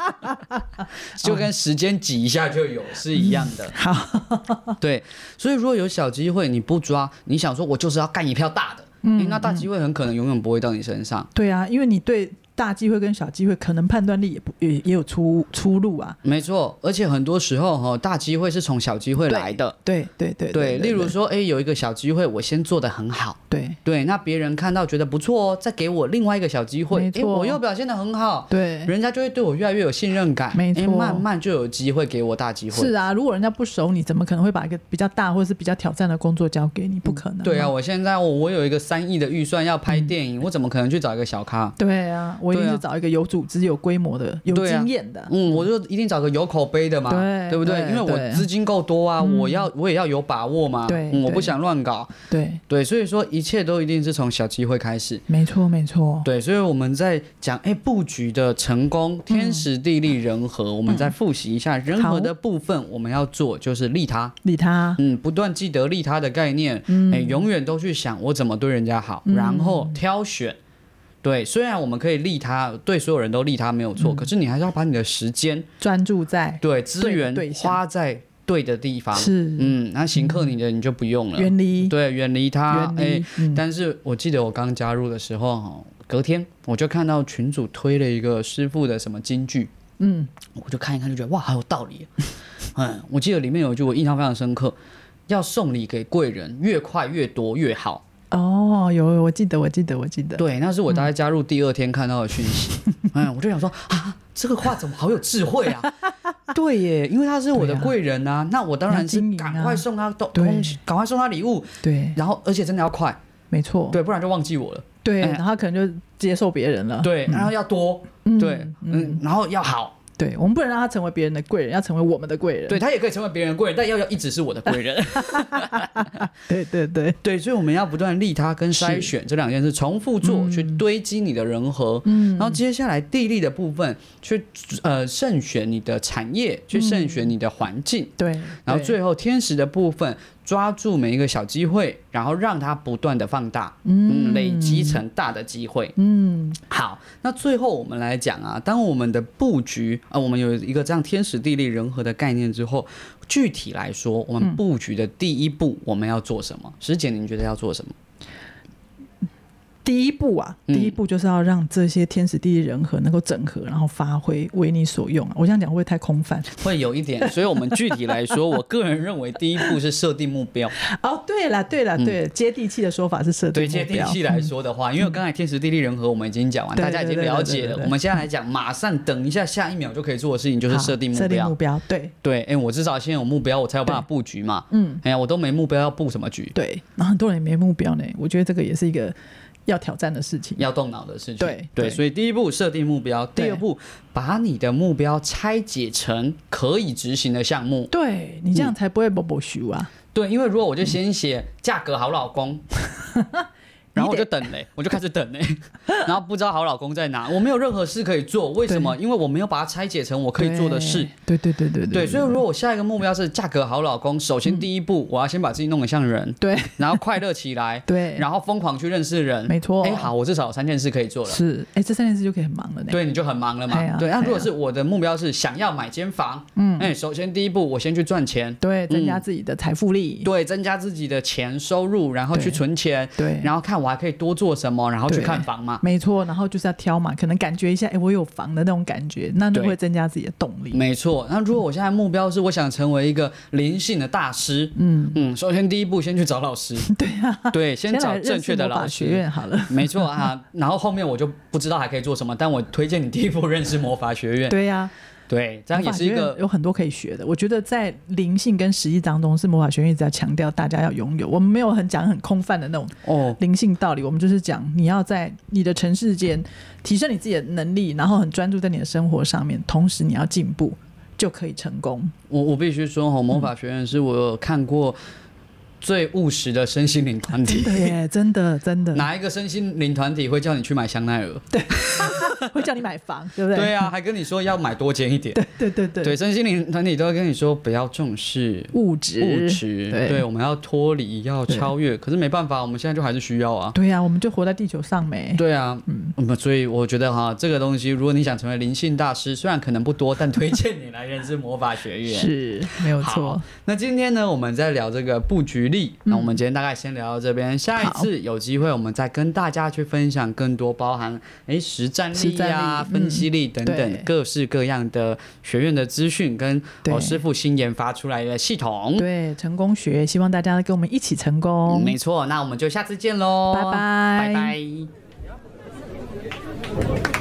Speaker 2: 就跟时间挤一下就有是一样的。
Speaker 3: 嗯好，
Speaker 2: 对，所以如果有小机会你不抓，你想说我就是要干一票大的，
Speaker 3: 嗯
Speaker 2: 诶那大机会很可能永远不会到你身上。
Speaker 3: 对啊，因为你对大机会跟小机会可能判断力也不也也有出出入啊，
Speaker 2: 没错，而且很多时候哈、哦，大机会是从小机会来的。
Speaker 3: 对对对
Speaker 2: 对，例如说，诶，有一个小机会，我先做的很好，
Speaker 3: 对
Speaker 2: 对，那别人看到觉得不错哦，再给我另外一个小机会
Speaker 3: 没，
Speaker 2: 诶，
Speaker 3: 错
Speaker 2: 我又表现的很好，
Speaker 3: 对。
Speaker 2: 人家就会对我越来越有信任感，
Speaker 3: 没
Speaker 2: 诶
Speaker 3: 错
Speaker 2: 慢慢就有机会给我大机会。
Speaker 3: 是啊，如果人家不熟你，怎么可能会把一个比较大或者是比较挑战的工作交给你？不可能、
Speaker 2: 对啊，，我现在我我有一个三亿的预算要拍电影，我怎么可能去找一个小咖？
Speaker 3: 对啊，我一定
Speaker 2: 对啊
Speaker 3: 是找一个有组织、有规模的、有
Speaker 2: 对啊
Speaker 3: 经验的。
Speaker 2: 嗯，我就一定找个有口碑的嘛，
Speaker 3: 对
Speaker 2: 不对？
Speaker 3: 对
Speaker 2: 因为我
Speaker 3: 对
Speaker 2: 资金够多啊，
Speaker 3: 嗯
Speaker 2: 我要我也要有把握嘛，
Speaker 3: 对
Speaker 2: 嗯我不
Speaker 3: 对
Speaker 2: 想乱搞，
Speaker 3: 对，
Speaker 2: 对，所以说一切都一定是从小机会开始。
Speaker 3: 没错，没错。
Speaker 2: 对，所以我们在讲哎布局的成功，天
Speaker 3: 嗯
Speaker 2: 时地利人和，我们再复习一下人和
Speaker 3: 好
Speaker 2: 的部分，我们要做就是利他，
Speaker 3: 理他，
Speaker 2: 嗯，不断记得利他的概念，
Speaker 3: 嗯
Speaker 2: 哎，永远都去想我怎么对人家好，然后挑选。对，虽然我们可以利他，对所有人都利他没有错，可是你还是要把你的时间、
Speaker 3: 专注在
Speaker 2: 对资
Speaker 3: 嗯对的
Speaker 2: 源
Speaker 3: 对象
Speaker 2: 花在对的地方。
Speaker 3: 是
Speaker 2: 嗯，那行克你的你就不用了，
Speaker 3: 远离，
Speaker 2: 对，远离他
Speaker 3: 远，
Speaker 2: 哎
Speaker 3: 离，，嗯
Speaker 2: 但是我记得我刚加入的时候，哈，隔天我就看到群主推了一个师傅的什么金句，
Speaker 3: 嗯，
Speaker 2: 我就看一看，就觉得哇，好有道理。嗯，我记得里面有一句我印象非常深刻，要送礼给贵人，越快越多越好。
Speaker 3: 哦，有，有我记得，我记得，我记得。
Speaker 2: 对，那是我
Speaker 3: 嗯
Speaker 2: 大概加入第二天看到的讯息。 嗯，我就想说啊，这个话怎么好有智慧啊？ 对耶，因为他是我的
Speaker 3: 对啊
Speaker 2: 贵人啊，那我当然是
Speaker 3: 要经营啊
Speaker 2: 赶快送他东
Speaker 3: 对
Speaker 2: 东西，赶快送他礼物，
Speaker 3: 对，哦
Speaker 2: 然后而且真的要快，
Speaker 3: 没错，
Speaker 2: 对，不然就忘记我了。
Speaker 3: 对，
Speaker 2: 哎
Speaker 3: 然后可能就接受别人了。
Speaker 2: 对，然后要多，
Speaker 3: 嗯
Speaker 2: 对，嗯，然后要好，
Speaker 3: 对，我们不能让他成为别人的贵人，要成为我们的贵人。
Speaker 2: 对他也可以成为别人的贵人，但要要一直是我的贵 人。
Speaker 3: 对对对，
Speaker 2: 对，所以我们要不断利他跟筛选这两件事，重复做，去堆积你的人和。嗯嗯，然后接下来地利的部分，去呃慎选你的产业，去慎选你的环境。
Speaker 3: 对，
Speaker 2: 然后
Speaker 3: 对
Speaker 2: 最后天时的部分，抓住每一个小机会，然后让它不断的放大，嗯，累积成大的机会。
Speaker 3: 嗯，
Speaker 2: 好，那最后我们来讲啊，当我们的布局啊、呃我们有一个这样天时地利人和的概念之后，具体来说，我们布局的第一步我们要做什么？师姐，您觉得要做什么？
Speaker 3: 第一步啊，
Speaker 2: 嗯
Speaker 3: 第一步就是要让这些天时地利人和能够整合，然后发挥为你所用啊。我这样讲会不会太 空泛？
Speaker 2: 会有一点，所以我们具体来说，我个人认为第一步是设定目 标。
Speaker 3: 哦，对了对了对，接地气的说法是设定
Speaker 2: 对
Speaker 3: 目
Speaker 2: 嗯接
Speaker 3: 标
Speaker 2: 地气来说的话，因为刚才天时地利人和我们已经讲完，
Speaker 3: 对
Speaker 2: 大家已经
Speaker 3: 对对
Speaker 2: 了
Speaker 3: 对对
Speaker 2: 解
Speaker 3: 对
Speaker 2: 了。
Speaker 3: 对
Speaker 2: 我们现在来讲，马上等一下，下一秒就可以做的事情就是
Speaker 3: 好
Speaker 2: 设定目
Speaker 3: 设定
Speaker 2: 标
Speaker 3: 目。标，对
Speaker 2: 对，哎，我至少先有目标，我才有办法布局嘛。
Speaker 3: 嗯，
Speaker 2: 哎呀，我都没目标，要布什么局？
Speaker 3: 对。然后很多人也没目标呢，我觉得这个也是一个要挑战的事情。
Speaker 2: 要动脑的事情。
Speaker 3: 对
Speaker 2: 对，
Speaker 3: 对
Speaker 2: 所以第一步设定目标，第
Speaker 3: 对
Speaker 2: 二步把你的目标拆解成可以执行的项目。
Speaker 3: 对你
Speaker 2: 嗯
Speaker 3: 这样才不会 bobo 虚啊！
Speaker 2: 对，因为如果我就先写价格好老公。 然后我就等嘞、我就开始等嘞、 然后不知道好老公在哪，我没有任何事可以做，为什么？因为我没有把它拆解成我可以做的事。
Speaker 3: 对，对对对
Speaker 2: 对，
Speaker 3: 对
Speaker 2: 嗯
Speaker 3: 对，
Speaker 2: 所以如果我下一个目标是价格好老公，首先第一步我要先把自己弄得像人，
Speaker 3: 对
Speaker 2: 然后快乐起 来，
Speaker 3: 对，
Speaker 2: 然后疯狂去认识人。
Speaker 3: 没错
Speaker 2: 哎，好，我至少有三件事可以做了。
Speaker 3: 是哎，这三件事就可以很忙了呢。
Speaker 2: 对，你就很忙了嘛。
Speaker 3: 哎呀
Speaker 2: 对，那、
Speaker 3: 哎呀
Speaker 2: 如果是我的目标是想要买间房，嗯，
Speaker 3: 嗯
Speaker 2: 哎、首先第一步我先去赚钱，
Speaker 3: 对，增加
Speaker 2: 嗯
Speaker 3: 自己的财富力。
Speaker 2: 对，增加自己的钱收入，然后去
Speaker 3: 对
Speaker 2: 存钱，
Speaker 3: 对，
Speaker 2: 然后看我还可以多做什么，然后去
Speaker 3: 对
Speaker 2: 看房嘛。
Speaker 3: 没错，然后就是要挑嘛，可能感觉一下，哎，我有房的那种感觉，那就
Speaker 2: 对
Speaker 3: 会增加自己的动力。
Speaker 2: 没错，那如果我现在目标是我想成为一个灵性的大师，嗯嗯，首先第一步先去找老 师，对啊，对，先找
Speaker 3: 来认
Speaker 2: 正
Speaker 3: 识
Speaker 2: 确的
Speaker 3: 魔法
Speaker 2: 老
Speaker 3: 学
Speaker 2: 师，
Speaker 3: 院好了。
Speaker 2: 没错啊。然后后面我就不知道还可以做什么，但我推荐你第一步认识魔法学院，
Speaker 3: 对呀、
Speaker 2: 对，这样也是一
Speaker 3: 魔法学
Speaker 2: 个
Speaker 3: 院有很多可以学的。我觉得在灵性跟实际当中，是魔法学院一直在强调大家要拥有。我们没有很讲很空泛的那种
Speaker 2: 哦，
Speaker 3: 灵性道理，我们就是讲你要在你的尘世间提升你自己的能力，然后很专注在你的生活上面，同时你要进步就可以成功。
Speaker 2: 我我必须说哈，魔法学院是我有看过最务实的身心灵团体。
Speaker 3: 对耶，真的真 的，
Speaker 2: 哪一个身心灵团体会叫你去买香奈儿？
Speaker 3: 会叫你买房，对不对？
Speaker 2: 对啊，还跟你说要买多间一点。
Speaker 3: 对对对
Speaker 2: 对，身心灵团体都会跟你说不要重视
Speaker 3: 物质
Speaker 2: 物质，
Speaker 3: 对
Speaker 2: 对，我们要脱离，要
Speaker 3: 对
Speaker 2: 超越。可是没办法，我们现在就还是需要啊。
Speaker 3: 对呀、我们就活在地球上没。
Speaker 2: 对啊，嗯，所以我觉得哈，这个东西，如果你想成为灵性大师，虽然可能不多，但推荐你来认识魔法学院。
Speaker 3: 是没有错
Speaker 2: 好。，那今天呢，我们在聊这个布局力。
Speaker 3: 嗯
Speaker 2: 那我们今天大概先聊到这边，下一次有机会我们再跟大家去分享更多包含诶实战力
Speaker 3: 实
Speaker 2: 呀、
Speaker 3: 战力嗯
Speaker 2: 分析力等等
Speaker 3: 对
Speaker 2: 各式各样的学院的资讯，跟
Speaker 3: 对
Speaker 2: 我师傅新研发出来的系统。
Speaker 3: 对，成功学，希望大家跟我们一起成功
Speaker 2: 嗯。没错，那我们就下次见喽，
Speaker 3: 拜拜
Speaker 2: 拜拜。